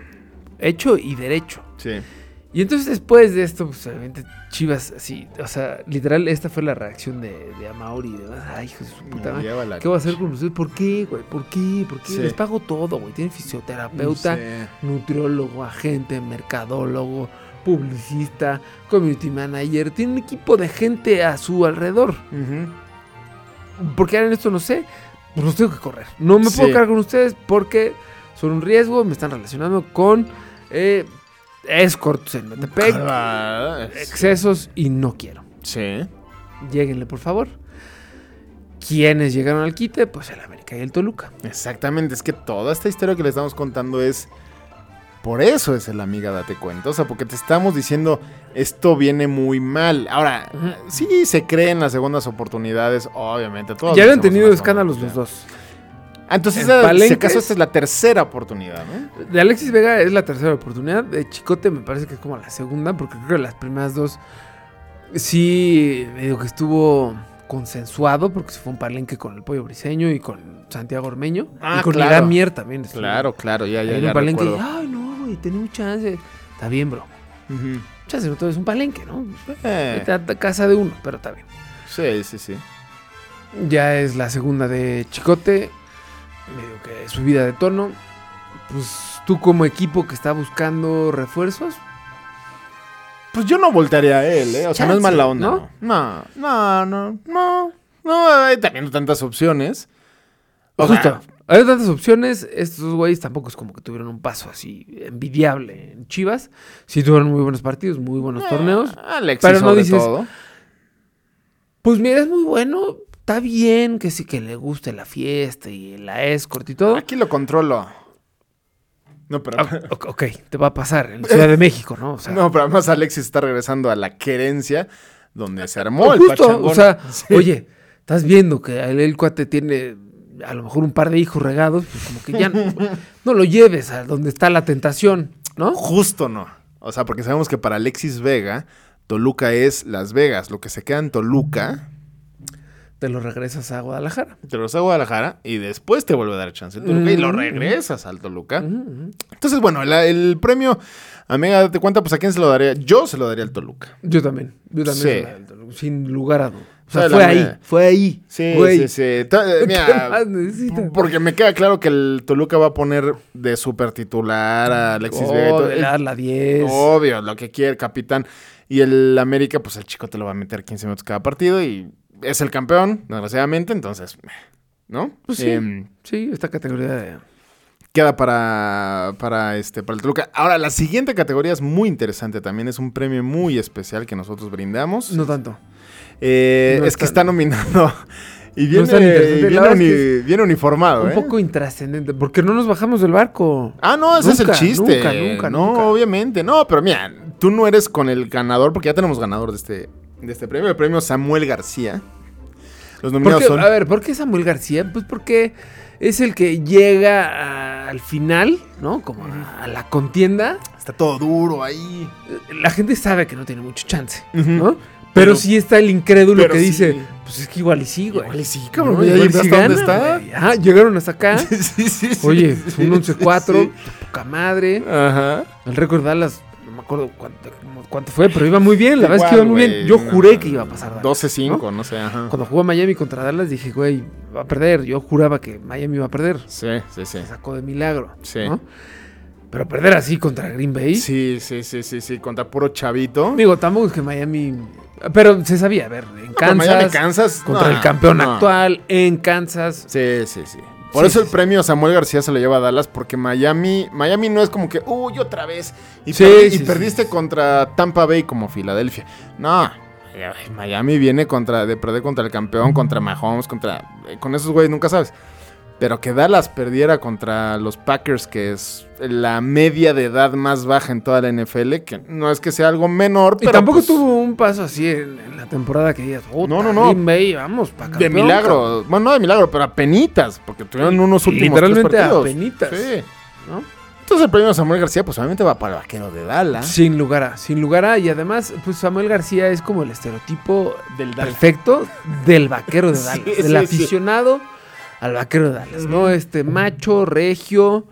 Speaker 7: Hecho y derecho.
Speaker 6: Sí.
Speaker 7: Y entonces después de esto, pues obviamente Chivas, así, o sea, literal, esta fue la reacción de, de Amauri y demás. Ay, hijo de su puta madre.
Speaker 6: Lleva la
Speaker 7: ¿Qué voy a hacer con ustedes? ¿Por qué, güey? ¿Por qué? ¿Por qué?
Speaker 6: Sí.
Speaker 7: Les pago todo, güey. Tienen fisioterapeuta,
Speaker 6: Sí.
Speaker 7: nutriólogo, agente, mercadólogo, publicista, community manager. Tienen un equipo de gente a su alrededor.
Speaker 6: Ujú.
Speaker 7: ¿Por qué harán esto? No sé. Pues los tengo que correr. No me puedo
Speaker 6: Sí.
Speaker 7: quedar con ustedes porque son un riesgo. Me están relacionando con eh, escorts en Metepec,
Speaker 6: Ah, es-
Speaker 7: excesos y no quiero.
Speaker 6: Sí.
Speaker 7: Lléguenle, por favor. ¿Quiénes llegaron al quite? Pues el América y el Toluca.
Speaker 6: Exactamente, es que toda esta historia que le estamos contando es. Por eso es el amiga, date cuenta. O sea, porque te estamos diciendo esto viene muy mal. Ahora,
Speaker 7: Ujú.
Speaker 6: sí se creen las segundas oportunidades, obviamente. Todos
Speaker 7: ya habían
Speaker 6: merecemos
Speaker 7: tenido
Speaker 6: una
Speaker 7: escándalos
Speaker 6: segunda
Speaker 7: los dos.
Speaker 6: oportunidad. Ah, entonces,
Speaker 7: En
Speaker 6: esa- si
Speaker 7: Palenques.
Speaker 6: acaso, esta es la tercera oportunidad, ¿no?
Speaker 7: De Alexis Vega es la tercera oportunidad. De Chicote me parece que es como la segunda, porque creo que las primeras dos sí medio que estuvo consensuado, porque se fue un palenque con el Pollo Briseño y con Santiago Ormeño.
Speaker 6: Ah,
Speaker 7: y con
Speaker 6: claro.
Speaker 7: Irán Mier también. estuvo.
Speaker 6: Claro, claro, ya,
Speaker 7: Ahí
Speaker 6: ya,
Speaker 7: en
Speaker 6: ya.
Speaker 7: un palenque y,
Speaker 6: recuerdo.
Speaker 7: ay, no, güey, tenemos chance. Está bien, bro.
Speaker 6: Ujú.
Speaker 7: Chance, no todo es un palenque, ¿no?
Speaker 6: Eh,
Speaker 7: Está a casa de uno, pero está bien.
Speaker 6: sí, sí, sí.
Speaker 7: Ya es la segunda de Chicote. Medio que subida de tono. Pues tú como equipo que está buscando refuerzos,
Speaker 6: Pues yo no voltearía a él, ¿eh? O sea, no es
Speaker 7: Chance,
Speaker 6: mala onda.
Speaker 7: ¿no?
Speaker 6: No, no, no, no. No, no hay también tantas opciones. O sea,
Speaker 7: Justo. Hay tantas opciones. Estos güeyes tampoco es como que tuvieron un paso así envidiable en Chivas. Sí tuvieron muy buenos partidos, muy buenos
Speaker 6: Eh,
Speaker 7: torneos.
Speaker 6: Ah, Alexis,
Speaker 7: pero no
Speaker 6: sobre
Speaker 7: dices-
Speaker 6: todo.
Speaker 7: Pues mira, es muy bueno. Está bien que sí que le guste la fiesta y la escort y todo.
Speaker 6: Aquí lo controlo. No, pero.
Speaker 7: Ok, ok, te va a pasar en Ciudad de México, ¿no? O sea,
Speaker 6: No, pero además Alexis está regresando a la querencia donde se armó Oh, el
Speaker 7: Justo,
Speaker 6: pachangón.
Speaker 7: o sea,
Speaker 6: Sí.
Speaker 7: oye, estás viendo que el, el cuate tiene a lo mejor un par de hijos regados, pues como que ya no, no lo lleves a donde está la tentación, ¿no?
Speaker 6: Justo no. O sea, porque sabemos que para Alexis Vega, Toluca es Las Vegas. Lo que se queda en Toluca,
Speaker 7: Te lo regresas a Guadalajara.
Speaker 6: te lo hace a Guadalajara y después te vuelve a dar chance el Toluca
Speaker 7: Mm.
Speaker 6: y lo regresas al Toluca. Entonces, bueno, la- el premio, amiga, date cuenta, pues a quién se lo daría. Yo se lo daría al Toluca.
Speaker 7: Yo también, yo
Speaker 6: Sí.
Speaker 7: también, sin lugar a dudas. O
Speaker 6: O
Speaker 7: sea,
Speaker 6: sea,
Speaker 7: fue
Speaker 6: la
Speaker 7: ahí,
Speaker 6: mera-
Speaker 7: fue ahí.
Speaker 6: Sí, sí,
Speaker 7: güey.
Speaker 6: sí. Ta- eh,
Speaker 7: ¿Qué
Speaker 6: mira,
Speaker 7: más necesitas?
Speaker 6: porque me queda claro que el Toluca va a poner de super titular a Alexis
Speaker 7: Oh,
Speaker 6: Vega. y todo. Oh,
Speaker 7: de dar la 10.
Speaker 6: Obvio, lo que quiere el capitán. Y el América, pues el chico te lo va a meter 15 minutos cada partido y es el campeón, desgraciadamente, entonces, ¿no?
Speaker 7: Pues sí.
Speaker 6: Em,
Speaker 7: Sí, esta categoría de...
Speaker 6: queda para, para, este, para el Toluca. Ahora, la siguiente categoría es muy interesante también, es un premio muy especial que nosotros brindamos.
Speaker 7: No tanto.
Speaker 6: Eh,
Speaker 7: no
Speaker 6: es
Speaker 7: es
Speaker 6: que
Speaker 7: tan-
Speaker 6: está nominado y
Speaker 7: No
Speaker 6: viene,
Speaker 7: es tan interesante, la
Speaker 6: viene
Speaker 7: verdad es
Speaker 6: uni-
Speaker 7: que
Speaker 6: viene uniformado,
Speaker 7: Un
Speaker 6: ¿eh?
Speaker 7: poco intrascendente, porque no nos bajamos del barco.
Speaker 6: Ah, no, ese es el
Speaker 7: Nunca,
Speaker 6: chiste.
Speaker 7: nunca, nunca,
Speaker 6: No,
Speaker 7: nunca.
Speaker 6: obviamente. No, pero mira, tú no eres con el ganador, porque ya tenemos ganador de este, de este premio, el premio Samuel García. Los
Speaker 7: ¿Por
Speaker 6: nominados
Speaker 7: qué-
Speaker 6: son.
Speaker 7: A ver, ¿por qué Samuel García? Pues porque es el que llega a- al final, ¿no? Como a, a la contienda.
Speaker 6: Está todo duro ahí.
Speaker 7: La gente sabe que no tiene mucho chance,
Speaker 6: Ujú.
Speaker 7: ¿no? Pero,
Speaker 6: Pero-
Speaker 7: sí está el incrédulo
Speaker 6: pero
Speaker 7: que
Speaker 6: sí.
Speaker 7: dice, pues es que igual y sí, güey.
Speaker 6: Igual y sí, cabrón,
Speaker 7: No,
Speaker 6: ya
Speaker 7: igual y
Speaker 6: llegaste
Speaker 7: sí
Speaker 6: a donde
Speaker 7: gana,
Speaker 6: está.
Speaker 7: güey. Ajá, llegaron hasta acá.
Speaker 6: sí, sí, sí,
Speaker 7: ¿Ah? Oye,
Speaker 6: sí,
Speaker 7: un
Speaker 6: sí,
Speaker 7: 11-4,
Speaker 6: sí.
Speaker 7: poca madre.
Speaker 6: Ajá.
Speaker 7: El récord Dallas, no me acuerdo cuánto, como- cuánto fue, pero iba muy bien. La verdad es que iba
Speaker 6: Igual,
Speaker 7: muy
Speaker 6: güey,
Speaker 7: bien. Yo
Speaker 6: no,
Speaker 7: juré que iba a pasar Dallas,
Speaker 6: 12-5,
Speaker 7: ¿no?
Speaker 6: ¿no? sé, ajá.
Speaker 7: Cuando jugó Miami contra Dallas dije, güey, va a perder. Yo juraba que Miami iba a perder.
Speaker 6: Sí, sí, sí.
Speaker 7: Se sacó de milagro.
Speaker 6: Sí.
Speaker 7: ¿no? Pero perder así contra Green Bay.
Speaker 6: Sí, sí, sí, sí, sí, contra puro chavito.
Speaker 7: Digo, tampoco es que Miami. Pero se sabía, a ver, en
Speaker 6: No, pero
Speaker 7: Kansas.
Speaker 6: Miami, Kansas,
Speaker 7: Contra
Speaker 6: no,
Speaker 7: el campeón
Speaker 6: no.
Speaker 7: actual, en Kansas.
Speaker 6: Sí, sí, sí. Por
Speaker 7: Sí,
Speaker 6: eso
Speaker 7: sí,
Speaker 6: el premio Samuel García se lo lleva a Dallas, porque Miami, Miami no es como que, uy, otra vez. Y,
Speaker 7: Sí,
Speaker 6: perdi- y
Speaker 7: sí, sí,
Speaker 6: perdiste
Speaker 7: sí.
Speaker 6: contra Tampa Bay como Filadelfia. No. Miami viene contra, de perder contra el campeón, contra Mahomes, contra. eh, Con esos güeyes nunca sabes. Pero que Dallas perdiera contra los Packers, que es la media de edad más baja en toda la NFL, que no es que sea algo menor,
Speaker 7: Y
Speaker 6: pero.
Speaker 7: tampoco
Speaker 6: pues,
Speaker 7: tuvo un paso así en, en la temporada que digas,
Speaker 6: No,
Speaker 7: no,
Speaker 6: no,
Speaker 7: no,
Speaker 6: no.
Speaker 7: Green Bay, vamos, para
Speaker 6: De milagro. Bueno, no de milagro, pero a penitas, porque tuvieron unos últimos tres
Speaker 7: Literalmente a
Speaker 6: partidos.
Speaker 7: penitas.
Speaker 6: Sí.
Speaker 7: ¿no?
Speaker 6: Entonces el premio Samuel García, pues obviamente va para el vaquero de Dallas.
Speaker 7: Sin lugar a, sin lugar a, y además, pues Samuel García es como el estereotipo del perfecto del vaquero de Dallas,
Speaker 6: Sí,
Speaker 7: del
Speaker 6: sí,
Speaker 7: aficionado al vaquero de Dallas, ¿no? Este macho, regio,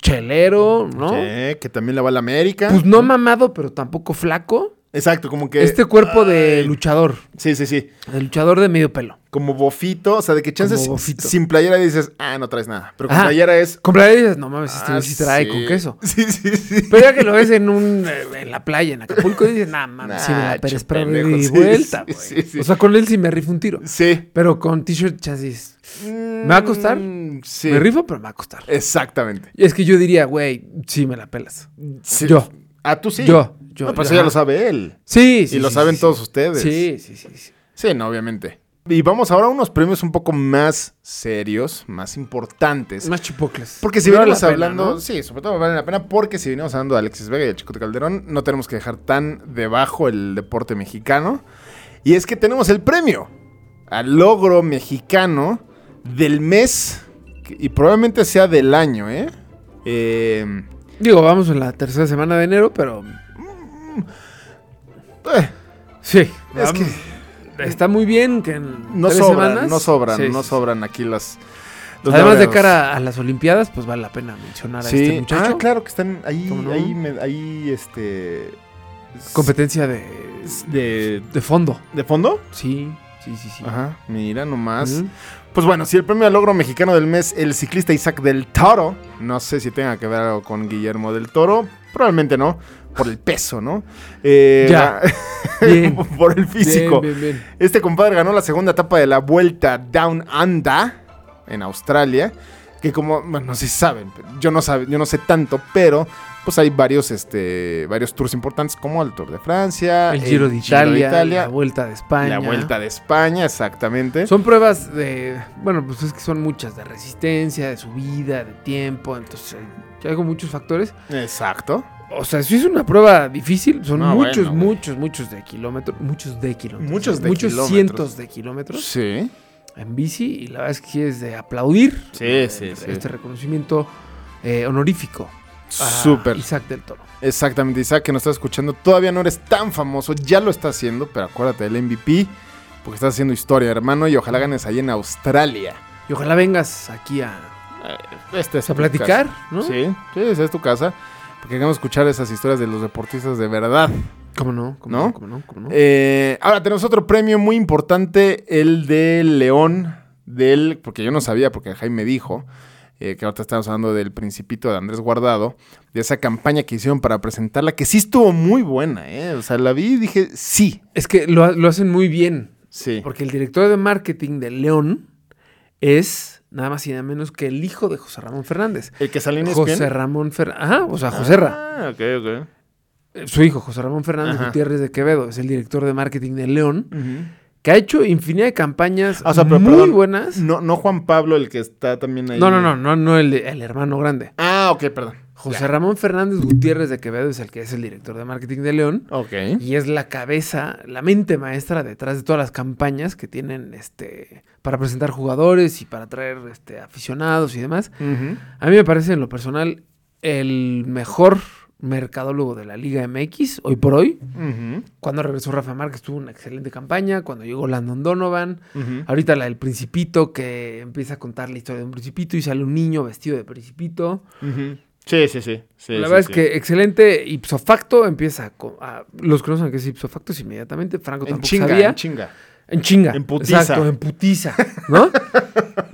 Speaker 7: chelero, ¿no?
Speaker 6: Sí, que también le va a la América.
Speaker 7: Pues no mamado, pero tampoco flaco.
Speaker 6: Exacto, como que.
Speaker 7: Este cuerpo de
Speaker 6: Ay,
Speaker 7: luchador,
Speaker 6: Sí, sí, sí.
Speaker 7: de luchador de medio pelo.
Speaker 6: Como bofito, o sea, de que chances
Speaker 7: Como bofito.
Speaker 6: sin playera dices, ah, no traes nada. Pero con
Speaker 7: Ajá.
Speaker 6: playera es.
Speaker 7: Con playera dices, no mames, este
Speaker 6: "Ah,
Speaker 7: güey sí trae
Speaker 6: sí".
Speaker 7: con queso.
Speaker 6: Sí, sí, sí.
Speaker 7: Pero ya que lo ves en un eh, en la playa, en Acapulco, dices, nah, mames,
Speaker 6: Nah,
Speaker 7: sí me la
Speaker 6: che,
Speaker 7: Pérez Prado
Speaker 6: pendejo,
Speaker 7: y
Speaker 6: sí,
Speaker 7: vuelta,
Speaker 6: sí,
Speaker 7: güey.
Speaker 6: sí, sí.
Speaker 7: O sea, con él sí me rifo un tiro.
Speaker 6: Sí.
Speaker 7: Pero con t-shirt chasis. ¿Me va a costar?
Speaker 6: Mm, Sí.
Speaker 7: Me rifo, pero me va a costar.
Speaker 6: Exactamente.
Speaker 7: Y es que yo diría, güey, sí me la pelas.
Speaker 6: Sí.
Speaker 7: Yo.
Speaker 6: Ah, tú sí.
Speaker 7: Yo, yo,
Speaker 6: No, pero
Speaker 7: yo,
Speaker 6: eso ya
Speaker 7: ajá.
Speaker 6: lo sabe él.
Speaker 7: Sí,
Speaker 6: y lo saben todos ustedes.
Speaker 7: Sí, sí, sí. sí.
Speaker 6: Sí, no, obviamente. Y vamos ahora a unos premios un poco más serios, más importantes.
Speaker 7: Más chipocles.
Speaker 6: Porque si
Speaker 7: Vale
Speaker 6: venimos
Speaker 7: la pena,
Speaker 6: hablando,
Speaker 7: ¿no?
Speaker 6: sí, sobre todo vale la pena, porque si venimos hablando de Alexis Vega y el Chicote Calderón, no tenemos que dejar tan debajo el deporte mexicano. Y es que tenemos el premio al logro mexicano del mes, que- y probablemente sea del año, ¿eh? Eh,
Speaker 7: Digo, vamos en la tercera semana de enero, pero
Speaker 6: eh,
Speaker 7: sí.
Speaker 6: es que
Speaker 7: Está muy bien que en
Speaker 6: no
Speaker 7: tres
Speaker 6: sobran,
Speaker 7: semanas-
Speaker 6: no sobran,
Speaker 7: Sí,
Speaker 6: no
Speaker 7: sí, sí.
Speaker 6: sobran aquí las...
Speaker 7: Además de
Speaker 6: laureados.
Speaker 7: cara a las Olimpiadas, pues vale la pena mencionar a
Speaker 6: Sí,
Speaker 7: este muchacho.
Speaker 6: ah, claro que están ahí,
Speaker 7: ¿Cómo no?
Speaker 6: ahí, me- ahí, este...
Speaker 7: Competencia de,
Speaker 6: de,
Speaker 7: de fondo.
Speaker 6: de fondo.
Speaker 7: Sí, sí, sí, sí.
Speaker 6: Ajá, mira nomás.
Speaker 7: Ujú.
Speaker 6: Pues bueno, si el premio al logro mexicano del mes, el ciclista Isaac del Toro, no sé si tenga que ver algo con Guillermo del Toro, probablemente no, por el peso, ¿no? Eh,
Speaker 7: Ya.
Speaker 6: la-
Speaker 7: Bien.
Speaker 6: por el físico.
Speaker 7: Bien, bien, bien.
Speaker 6: Este compadre ganó la segunda etapa de la Vuelta Down Under en Australia, que como, bueno, no sé si saben, yo no, sabe, yo no sé tanto, pero pues hay varios, este, varios tours importantes como el Tour de Francia,
Speaker 7: El Giro de Italia, la Vuelta de España.
Speaker 6: la Vuelta de España, exactamente.
Speaker 7: Son pruebas de. Bueno, pues es que son muchas, de eh, resistencia, de subida, de tiempo. Entonces, hay- hay como muchos factores.
Speaker 6: Exacto.
Speaker 7: O sea, sí es una prueba difícil. Son
Speaker 6: No,
Speaker 7: muchos,
Speaker 6: bueno, güey.
Speaker 7: muchos, muchos de kilómetros. Muchos de kilómetros.
Speaker 6: Muchos de
Speaker 7: Muchos
Speaker 6: kilómetros.
Speaker 7: cientos de kilómetros
Speaker 6: Sí.
Speaker 7: en bici. Y la verdad es que es de aplaudir.
Speaker 6: Sí,
Speaker 7: eh,
Speaker 6: sí, sí.
Speaker 7: Este reconocimiento eh, honorífico. a
Speaker 6: Súper.
Speaker 7: Isaac del Toro.
Speaker 6: Exactamente, Isaac, que nos estás escuchando. Todavía no eres tan famoso, ya lo estás haciendo, pero acuérdate del MVP, porque estás haciendo historia, hermano, y ojalá ganes ahí en Australia.
Speaker 7: Y ojalá vengas aquí a, pues,
Speaker 6: Este es
Speaker 7: a
Speaker 6: tu
Speaker 7: platicar,
Speaker 6: casa.
Speaker 7: ¿no?
Speaker 6: Sí, sí, esa es tu casa. Porque queremos escuchar esas historias de los deportistas de verdad.
Speaker 7: ¿Cómo no? ¿Cómo
Speaker 6: ¿No?
Speaker 7: no? ¿Cómo no? ¿Cómo no?
Speaker 6: Eh, ahora tenemos otro premio muy importante, el de León, del, porque yo no sabía, porque Jaime dijo, eh, que ahorita estamos hablando del principito de Andrés Guardado, de esa campaña que hicieron para presentarla, que sí estuvo muy buena, ¿eh? O sea, la vi y dije, sí,
Speaker 7: es que lo, ha- lo hacen muy bien.
Speaker 6: sí.
Speaker 7: Porque el director de marketing de León es nada más y nada menos que el hijo de José Ramón Fernández.
Speaker 6: El que salió en E
Speaker 7: José
Speaker 6: ESPN.
Speaker 7: Ramón Fernández. Ajá, o sea, José Ra.
Speaker 6: Ah, ok, ok.
Speaker 7: Eh, Su hijo, José Ramón Fernández
Speaker 6: Ah. Ajá.
Speaker 7: Gutiérrez de Quevedo, es el director de marketing de León, que ha hecho infinidad de campañas
Speaker 6: Ah, O sea, pero
Speaker 7: muy
Speaker 6: perdón,
Speaker 7: buenas.
Speaker 6: No, no Juan Pablo, el que está también ahí.
Speaker 7: No, no, no, no, no el, el hermano grande.
Speaker 6: Ah, ok, perdón.
Speaker 7: José Ramón Fernández Gutiérrez de Quevedo es el que es el director de marketing de León.
Speaker 6: Ok.
Speaker 7: Y es la cabeza, la mente maestra detrás de todas las campañas que tienen este para presentar jugadores y para atraer este, aficionados y demás.
Speaker 6: Ujú.
Speaker 7: A mí me parece en lo personal el mejor mercadólogo de la Liga MX hoy por hoy.
Speaker 6: Ujú.
Speaker 7: Cuando regresó Rafa Márquez tuvo una excelente campaña, cuando llegó Landon Donovan,
Speaker 6: Ujú.
Speaker 7: ahorita la del Principito que empieza a contar la historia de un Principito y sale un niño vestido de Principito.
Speaker 6: Ujú. Sí, sí, sí. sí,
Speaker 7: la
Speaker 6: sí, sí.
Speaker 7: verdad es que excelente, ipso facto empieza a, co- a- los que no saben qué es ipso facto es inmediatamente, Franco
Speaker 6: En
Speaker 7: tampoco
Speaker 6: chinga,
Speaker 7: sabía.
Speaker 6: en chinga.
Speaker 7: En chinga.
Speaker 6: En putiza.
Speaker 7: Exacto, en putiza. ¿No?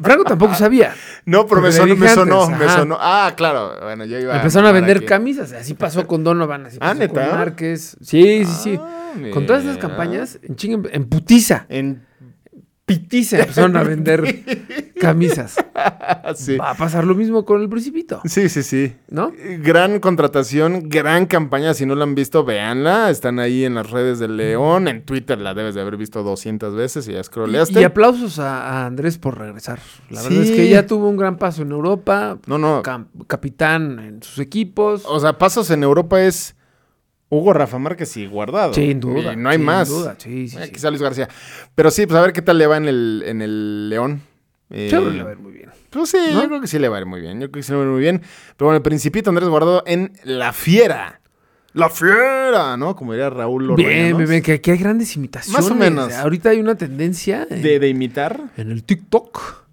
Speaker 7: Franco tampoco sabía.
Speaker 6: No, pero
Speaker 7: Porque
Speaker 6: me
Speaker 7: le
Speaker 6: sonó,
Speaker 7: dije
Speaker 6: me sonó,
Speaker 7: antes,
Speaker 6: me
Speaker 7: ajá.
Speaker 6: sonó. Ah, claro. Bueno, yo iba
Speaker 7: Empezaron a
Speaker 6: mandar
Speaker 7: vender
Speaker 6: aquí.
Speaker 7: camisas. Así pasó con Donovan, así
Speaker 6: Ah,
Speaker 7: pasó con
Speaker 6: ¿neta?
Speaker 7: Márquez. Sí, sí, sí.
Speaker 6: Ah,
Speaker 7: con todas esas
Speaker 6: mira.
Speaker 7: campañas, en chinga, en putiza.
Speaker 6: En...
Speaker 7: Pitiza empezaron a vender camisas.
Speaker 6: ah, sí.
Speaker 7: Va a pasar lo mismo con el Principito,
Speaker 6: sí, sí, sí.
Speaker 7: ¿no?
Speaker 6: Eh, Gran contratación, gran campaña. Si no la han visto, véanla. Están ahí en las redes del León. En Twitter la debes de haber visto 200 veces y ya scrolleaste.
Speaker 7: Y, y aplausos a, a Andrés por regresar. La
Speaker 6: Sí.
Speaker 7: verdad es que ya tuvo un gran paso en Europa.
Speaker 6: No, no.
Speaker 7: cam- capitán en sus equipos.
Speaker 6: O sea, pasos en Europa es Hugo Rafa Márquez y Guardado.
Speaker 7: Sin duda,
Speaker 6: Y no hay
Speaker 7: sin
Speaker 6: más.
Speaker 7: duda, sí, sí,
Speaker 6: Eh,
Speaker 7: sí.
Speaker 6: Quizá Luis García. Pero sí, pues a ver qué tal le va en el, en el León. Eh,
Speaker 7: Yo creo que le va a ver muy bien.
Speaker 6: Pues sí, yo creo que sí le va a ir muy bien. Yo creo que sí le va a ir muy bien. Pero bueno, el principito Andrés Guardado en La Fiera. La Fiera, ¿no? Como diría Raúl
Speaker 7: Bien,
Speaker 6: Orbañanos.
Speaker 7: bien, bien, que aquí hay grandes imitaciones.
Speaker 6: menos.
Speaker 7: Ahorita hay una tendencia en,
Speaker 6: De, de imitar.
Speaker 7: en el TikTok.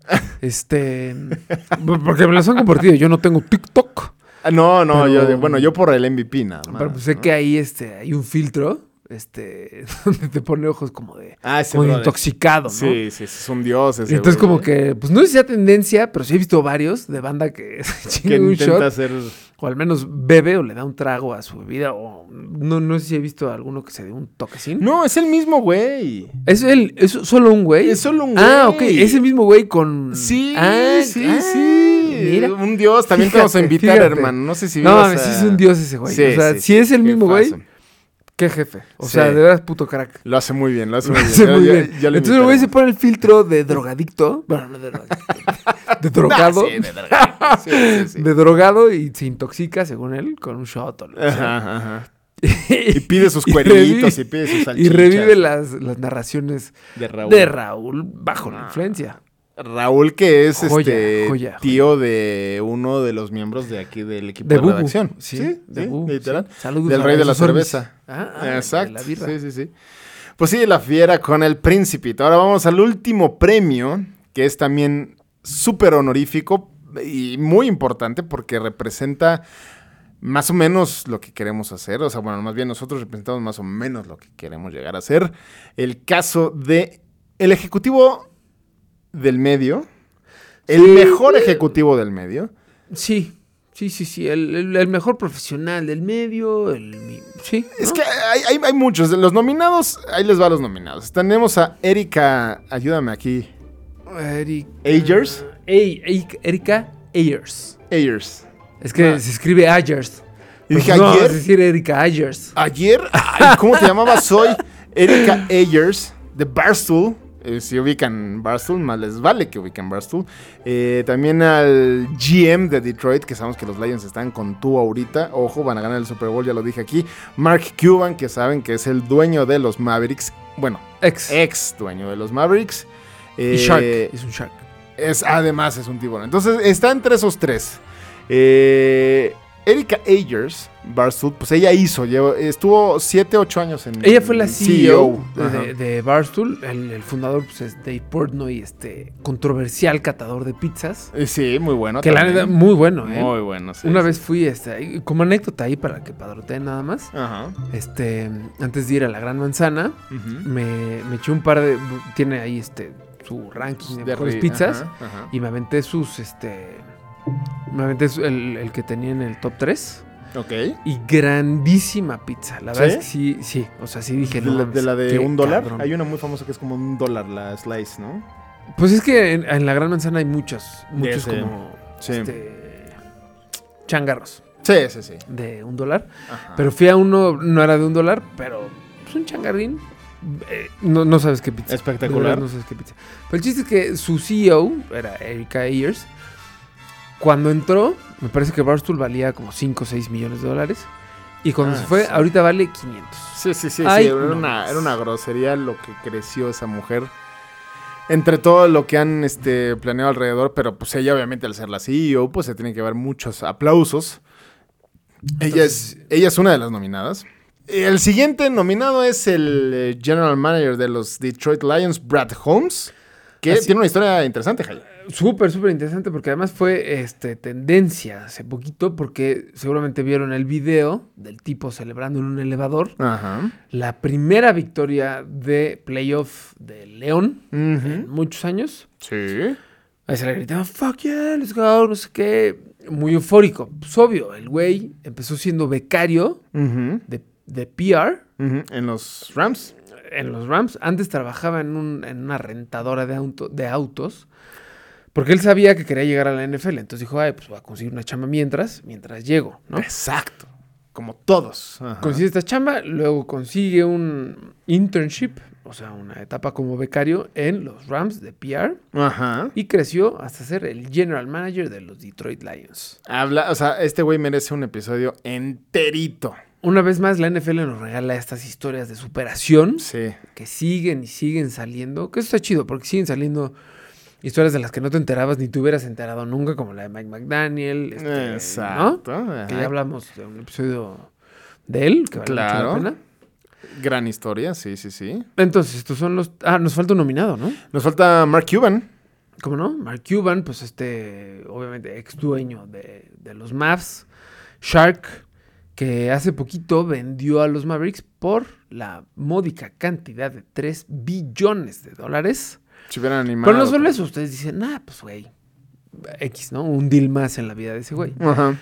Speaker 7: este. Porque me las han compartido. Yo no tengo TikTok.
Speaker 6: Ah, No, no,
Speaker 7: Pero-
Speaker 6: yo, bueno, yo por el MVP nada más.
Speaker 7: pero pues sé
Speaker 6: ¿no?
Speaker 7: que ahí este, hay un filtro este, donde te pone ojos como de,
Speaker 6: Ah, ese
Speaker 7: como de
Speaker 6: brother.
Speaker 7: intoxicado, ¿no?
Speaker 6: Sí, sí, sí, es un dios ese.
Speaker 7: Entonces,
Speaker 6: güey,
Speaker 7: como
Speaker 6: ¿eh?
Speaker 7: que, pues no sé si sea tendencia, pero sí he visto varios de banda que se
Speaker 6: Que
Speaker 7: chinga un
Speaker 6: intenta
Speaker 7: shot.
Speaker 6: hacer...
Speaker 7: O al menos bebe o le da un trago a su bebida. O no, no sé si he visto alguno que se dé un toquecín.
Speaker 6: No, es el mismo güey.
Speaker 7: ¿Es, el, ¿Es solo un güey?
Speaker 6: Es solo un
Speaker 7: Ah, ok.
Speaker 6: güey.
Speaker 7: Es el mismo güey con.
Speaker 6: Mm. Sí,
Speaker 7: Ah,
Speaker 6: sí,
Speaker 7: ah,
Speaker 6: sí.
Speaker 7: Mira.
Speaker 6: Un dios. También te
Speaker 7: Fíjate,
Speaker 6: vamos a invitar,
Speaker 7: fíjate.
Speaker 6: hermano. No sé si
Speaker 7: No
Speaker 6: vivas
Speaker 7: mames,
Speaker 6: a-
Speaker 7: sí es un dios ese güey.
Speaker 6: Sí,
Speaker 7: o sea,
Speaker 6: sí,
Speaker 7: si
Speaker 6: sí,
Speaker 7: es el mismo güey,
Speaker 6: jefazo.
Speaker 7: qué jefe. O
Speaker 6: Sí.
Speaker 7: sea, de veras puto crack.
Speaker 6: Lo hace muy bien, lo hace
Speaker 7: Lo
Speaker 6: muy bien.
Speaker 7: hace
Speaker 6: Ya-
Speaker 7: muy
Speaker 6: ya-
Speaker 7: bien.
Speaker 6: ya lo
Speaker 7: Entonces el güey se
Speaker 6: invitaremos.
Speaker 7: pone el filtro de drogadicto. Bueno, no de drogadicto. De drogado.
Speaker 6: Ah, sí, de verdad. Sí, sí, sí.
Speaker 7: De drogado y se intoxica, según él, con un shot o lo que sea.
Speaker 6: Ajá, ajá. Y pide sus cuernitos y pide sus
Speaker 7: Y
Speaker 6: salchichas.
Speaker 7: revive las, las narraciones
Speaker 6: De Raúl. Ah.
Speaker 7: de Raúl bajo la influencia.
Speaker 6: Raúl, que es
Speaker 7: Joya,
Speaker 6: este
Speaker 7: joya,
Speaker 6: tío de uno de los miembros de aquí del equipo
Speaker 7: De
Speaker 6: de,
Speaker 7: Bubu.
Speaker 6: redacción.
Speaker 7: Sí,
Speaker 6: sí,
Speaker 7: de
Speaker 6: sí,
Speaker 7: Bubu,
Speaker 6: literal.
Speaker 7: sí. Saludos
Speaker 6: del
Speaker 7: a
Speaker 6: rey de la
Speaker 7: esos hombres.
Speaker 6: cerveza.
Speaker 7: Ah, ah,
Speaker 6: Exacto.
Speaker 7: de la birra.
Speaker 6: Sí, sí, sí. Pues sí, la fiera con el príncipito. Ahora vamos al último premio, que es también súper honorífico y muy importante porque representa más o menos lo que queremos hacer. O sea, bueno, más bien nosotros representamos más o menos lo que queremos llegar a hacer. El caso de el ejecutivo del medio. El mejor ejecutivo del medio.
Speaker 7: Sí, sí, sí, sí. El, el- el mejor profesional del medio. El, mi- sí.
Speaker 6: Es
Speaker 7: ¿no?
Speaker 6: que hay, hay- hay muchos. De Los nominados, ahí les va a los nominados. Tenemos a Erika, ayúdame aquí.
Speaker 7: Eric-
Speaker 6: Ayers.
Speaker 7: Ey- Ey- Erika Ayers.
Speaker 6: Ayers. Pues
Speaker 7: Es que se escribe Ayers.
Speaker 6: Ah. Y
Speaker 7: Pero
Speaker 6: dije,
Speaker 7: no,
Speaker 6: ¿ayer?
Speaker 7: Es decir, Erika Ayers.
Speaker 6: Ayer, ay, ¿cómo te llamabas hoy? Erika Ayers, de Barstool. eh, si ubican Barstool, más les vale que ubican Barstool. Eh, también al GM de Detroit, que sabemos que los Lions están con tú ahorita. Ojo, van a ganar el Super Bowl, ya lo dije aquí. Mark Cuban, que saben que es el dueño de los Mavericks. Bueno,
Speaker 7: Ex.
Speaker 6: ex dueño de los Mavericks.
Speaker 7: y Shark.
Speaker 6: Eh,
Speaker 7: Es un Shark.
Speaker 6: es, además es un tiburón. Entonces está entre esos tres. Eh, Erika Ayers, Barstool, pues ella hizo, llevó- estuvo 7, 8 años en.
Speaker 7: Ella fue la
Speaker 6: en
Speaker 7: CEO, de-
Speaker 6: E Ajá.
Speaker 7: de, de Barstool. El, el fundador pues, es Dave Portnoy, este controversial catador de pizzas.
Speaker 6: Eh, Sí, muy bueno.
Speaker 7: que la
Speaker 6: también.
Speaker 7: neta, muy bueno, ¿eh?
Speaker 6: Muy bueno, sí.
Speaker 7: Una
Speaker 6: sí.
Speaker 7: vez fui, este, y como anécdota ahí para que padroteen nada más.
Speaker 6: Ajá.
Speaker 7: Este, antes de ir a la Gran Manzana,
Speaker 6: ujú.
Speaker 7: me, me eché un par de. Tiene ahí este su ranking de,
Speaker 6: De
Speaker 7: mejores
Speaker 6: arri-
Speaker 7: pizzas.
Speaker 6: ajá, ajá.
Speaker 7: Y me aventé sus, este. Me aventé su- el, el que tenía en el top 3.
Speaker 6: Ok.
Speaker 7: Y grandísima pizza. La verdad
Speaker 6: ¿Sí?
Speaker 7: es que sí, sí. O sea, sí dije.
Speaker 6: De
Speaker 7: no
Speaker 6: la-
Speaker 7: mames,
Speaker 6: de la de
Speaker 7: qué
Speaker 6: un dólar.
Speaker 7: cabrón.
Speaker 6: Hay una muy famosa que es como un dólar, la slice, ¿no?
Speaker 7: Pues es que en, en la Gran Manzana hay muchos. Muchos
Speaker 6: sí.
Speaker 7: como.
Speaker 6: Sí.
Speaker 7: Este, changarros
Speaker 6: Sí, sí, sí.
Speaker 7: de un dólar.
Speaker 6: Ajá.
Speaker 7: Pero fui a uno, no era de un dólar, pero es un changarrín. Eh, no, no sabes qué pizza.
Speaker 6: Espectacular.
Speaker 7: De verdad, No sabes qué pizza. Pero el chiste es que su CEO, era Erika Ayers, cuando entró, me parece que Barstool valía como 5 o 6 millones de dólares. Y cuando
Speaker 6: Ah,
Speaker 7: se fue,
Speaker 6: sí.
Speaker 7: ahorita vale 500.
Speaker 6: Sí, sí, sí,
Speaker 7: Ay,
Speaker 6: sí, Era,
Speaker 7: no
Speaker 6: una,
Speaker 7: más.
Speaker 6: era una grosería lo que creció esa mujer. Entre todo lo que han este, planeado alrededor, pero pues ella obviamente al ser la CEO, pues se tienen que ver muchos aplausos. Ella, es, ella es una de las nominadas. El siguiente nominado es el eh, General Manager de los Detroit Lions, Brad Holmes, que
Speaker 7: Así-
Speaker 6: tiene una historia interesante, Jai.
Speaker 7: Súper, súper interesante porque además fue este, tendencia hace poquito porque seguramente vieron el video del tipo celebrando en un elevador
Speaker 6: Ajá.
Speaker 7: la primera victoria de playoff de León en
Speaker 6: Ujú.
Speaker 7: muchos años.
Speaker 6: Sí.
Speaker 7: Ahí se le gritaban, fuck yeah, let's go, no sé qué. Muy eufórico. Pues obvio, el güey empezó siendo becario
Speaker 6: Ujú.
Speaker 7: de, de PR
Speaker 6: Ujú. En los Rams.
Speaker 7: en los Rams. Antes trabajaba en, un- en una rentadora de, auto- de autos. Porque él sabía que quería llegar a la NFL. Entonces dijo, ay, pues voy a conseguir una chamba mientras, mientras llego, ¿no?
Speaker 6: Exacto. Como todos. Ajá.
Speaker 7: Consigue esta chamba, luego consigue un internship, o sea, una etapa como becario en los Rams de PR.
Speaker 6: Ajá.
Speaker 7: Y creció hasta ser el general manager de los Detroit Lions.
Speaker 6: Habla, o sea, este güey merece un episodio enterito.
Speaker 7: Una vez más, la NFL nos regala estas historias de superación
Speaker 6: Sí.
Speaker 7: que siguen y siguen saliendo. Que eso está chido, porque siguen saliendo historias de las que no te enterabas ni te hubieras enterado nunca, como la de Mike McDaniel. este, ¿no?
Speaker 6: Exacto. ajá.
Speaker 7: Que ya hablamos de un episodio de él, que vale
Speaker 6: Claro.
Speaker 7: mucho la pena.
Speaker 6: Gran historia, sí, sí, sí.
Speaker 7: Entonces, estos son los. Ah, nos falta un nominado, ¿no?
Speaker 6: Nos falta Mark Cuban.
Speaker 7: ¿Cómo no? Mark Cuban, pues este, obviamente, ex dueño de, de los Mavs. Shark, que hace poquito vendió a los Mavericks por la módica cantidad de 3 billones de dólares.
Speaker 6: Si hubieran animado.
Speaker 7: Pero no solo eso, ustedes dicen, ah, pues güey, X, ¿no? Un deal más en la vida de ese güey.
Speaker 6: Ajá.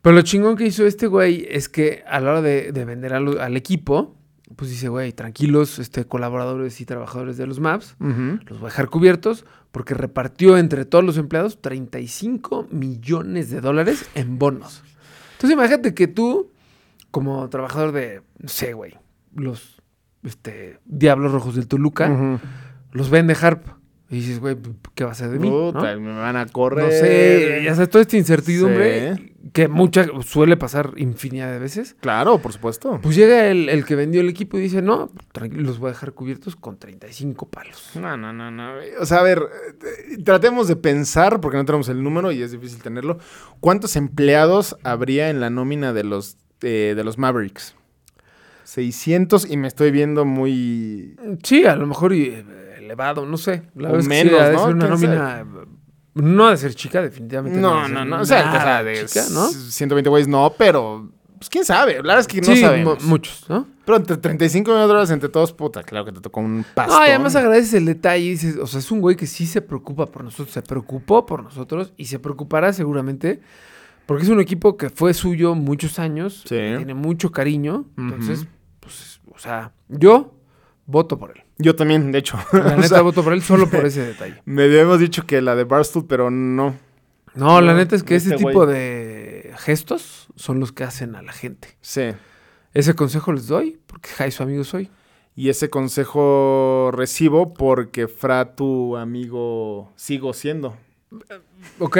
Speaker 7: Pero lo chingón que hizo este güey es que a la hora de, de vender al, al equipo, pues dice, güey, tranquilos, este, colaboradores y trabajadores de los Mavs
Speaker 6: Ujú.
Speaker 7: los voy a dejar cubiertos porque repartió entre todos los empleados 35 millones de dólares en bonos. Entonces imagínate que tú, como trabajador de, no sé, güey, los este, Diablos Rojos del Toluca,
Speaker 6: Ujú.
Speaker 7: los vende Harp. Y dices, güey, ¿qué va a ser de mí? ¿no?
Speaker 6: Puta, me van a correr.
Speaker 7: No sé, ya sabes, toda esta incertidumbre que mucha, suele pasar infinidad de veces.
Speaker 6: Claro, por supuesto.
Speaker 7: Pues llega el, el que vendió el equipo y dice, no, tranqui- los voy a dejar cubiertos con 35 palos.
Speaker 6: No, no, no, no. O sea, a ver, eh, tratemos de pensar, porque no tenemos el número y es difícil tenerlo. ¿Cuántos empleados habría en la nómina de los, eh, de los Mavericks? 600 y me estoy viendo muy...
Speaker 7: Sí, a lo mejor y, eh, elevado, no sé. La
Speaker 6: O
Speaker 7: verdad es que sí,
Speaker 6: menos,
Speaker 7: ha de
Speaker 6: ¿no?
Speaker 7: ser una
Speaker 6: ¿Quién
Speaker 7: nómina. eh, No ha de ser chica, definitivamente. ha
Speaker 6: No,
Speaker 7: de ser
Speaker 6: no, no. O sea,
Speaker 7: nada
Speaker 6: cosa de
Speaker 7: chica, ¿no?
Speaker 6: 120 güeyes no, pero... Pues quién sabe, la verdad es que no
Speaker 7: sí,
Speaker 6: sabemos.
Speaker 7: mu- muchos, ¿no?
Speaker 6: Pero entre 35 millones de dólares entre todos, puta, claro que te tocó un pasto.
Speaker 7: No, y además agradeces el detalle. y Dices, o sea, es un güey que sí se preocupa por nosotros, se preocupó por nosotros y se preocupará seguramente porque es un equipo que fue suyo muchos años,
Speaker 6: Sí.
Speaker 7: que tiene mucho cariño. Entonces, pues, o sea, yo voto por él.
Speaker 6: Yo también, de hecho.
Speaker 7: La neta
Speaker 6: o sea,
Speaker 7: voto por él solo por ese detalle.
Speaker 6: me habíamos dicho que la de Barstool, pero no.
Speaker 7: No, la
Speaker 6: No,
Speaker 7: neta es que ese
Speaker 6: este güey.
Speaker 7: tipo de gestos son los que hacen a la gente.
Speaker 6: Sí.
Speaker 7: Ese consejo les doy porque Jai su amigo soy.
Speaker 6: Y ese consejo recibo porque Fra, tu amigo, sigo siendo.
Speaker 7: Ok.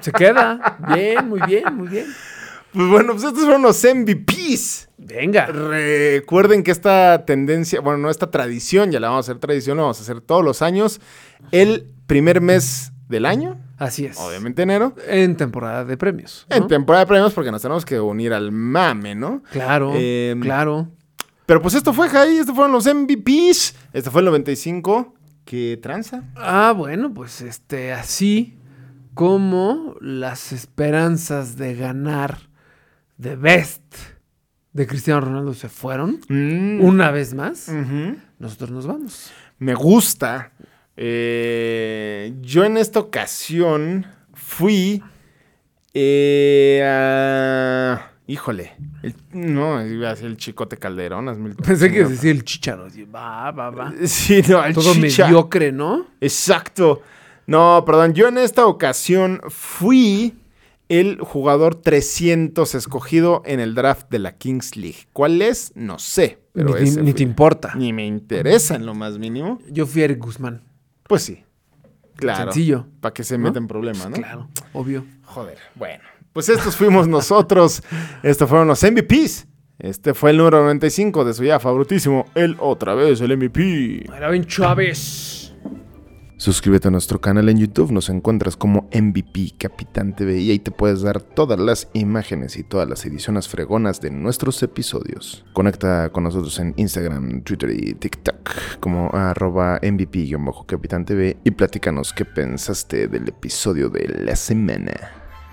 Speaker 7: Se queda. Bien, muy bien, muy bien.
Speaker 6: Pues bueno, pues estos fueron los MVPs.
Speaker 7: Venga.
Speaker 6: Recuerden que esta tendencia, bueno, no esta tradición, ya la vamos a hacer tradición, la vamos a hacer todos los años. El primer mes del año,
Speaker 7: Así es.
Speaker 6: obviamente enero,
Speaker 7: En temporada de premios. ¿no?
Speaker 6: en temporada de premios porque nos tenemos que unir al mame, ¿no?
Speaker 7: Claro,
Speaker 6: Em,
Speaker 7: claro.
Speaker 6: Pero pues esto fue, Jai, estos fueron los MVPs. Este fue el 95. ¿Qué tranza?
Speaker 7: Ah, bueno, pues este, así como las esperanzas de ganar de Best de Cristiano Ronaldo se fueron, una vez más,
Speaker 6: Mm. Ujú.
Speaker 7: nosotros nos vamos.
Speaker 6: Me gusta. Eh, yo en esta ocasión fui. eh, a- Híjole. el- no, iba a decir el chicote Calderón. hazme el-
Speaker 7: Pensé que decía el chicharo. así, Va, va, va.
Speaker 6: Sí, no, el
Speaker 7: Todo
Speaker 6: chicha.
Speaker 7: mediocre, ¿no?
Speaker 6: Exacto. No, perdón. Yo en esta ocasión fui el jugador 300 escogido en el draft de la Kings League. ¿Cuál es? No sé. Pero
Speaker 7: ni,
Speaker 6: ese
Speaker 7: ni
Speaker 6: fui.
Speaker 7: te importa.
Speaker 6: Ni me interesa en lo más mínimo.
Speaker 7: Yo fui Eric Guzmán.
Speaker 6: Pues sí. Claro.
Speaker 7: Sencillo.
Speaker 6: Para que se
Speaker 7: ¿No?
Speaker 6: metan en problemas, ¿no?
Speaker 7: Claro, obvio.
Speaker 6: Joder. Bueno. Pues estos fuimos nosotros. Estos fueron los MVPs. Este fue el número 95 de su ya favoritísimo. El otra vez, el MVP.
Speaker 7: Era bien Chávez.
Speaker 6: Suscríbete a nuestro canal en YouTube, nos encuentras como MVP Capitán TV y ahí te puedes dar todas las imágenes y todas las ediciones fregonas de nuestros episodios. Conecta con nosotros en Instagram, Twitter y TikTok como arroba MVP-Capitán TV y platícanos qué pensaste del episodio de la semana.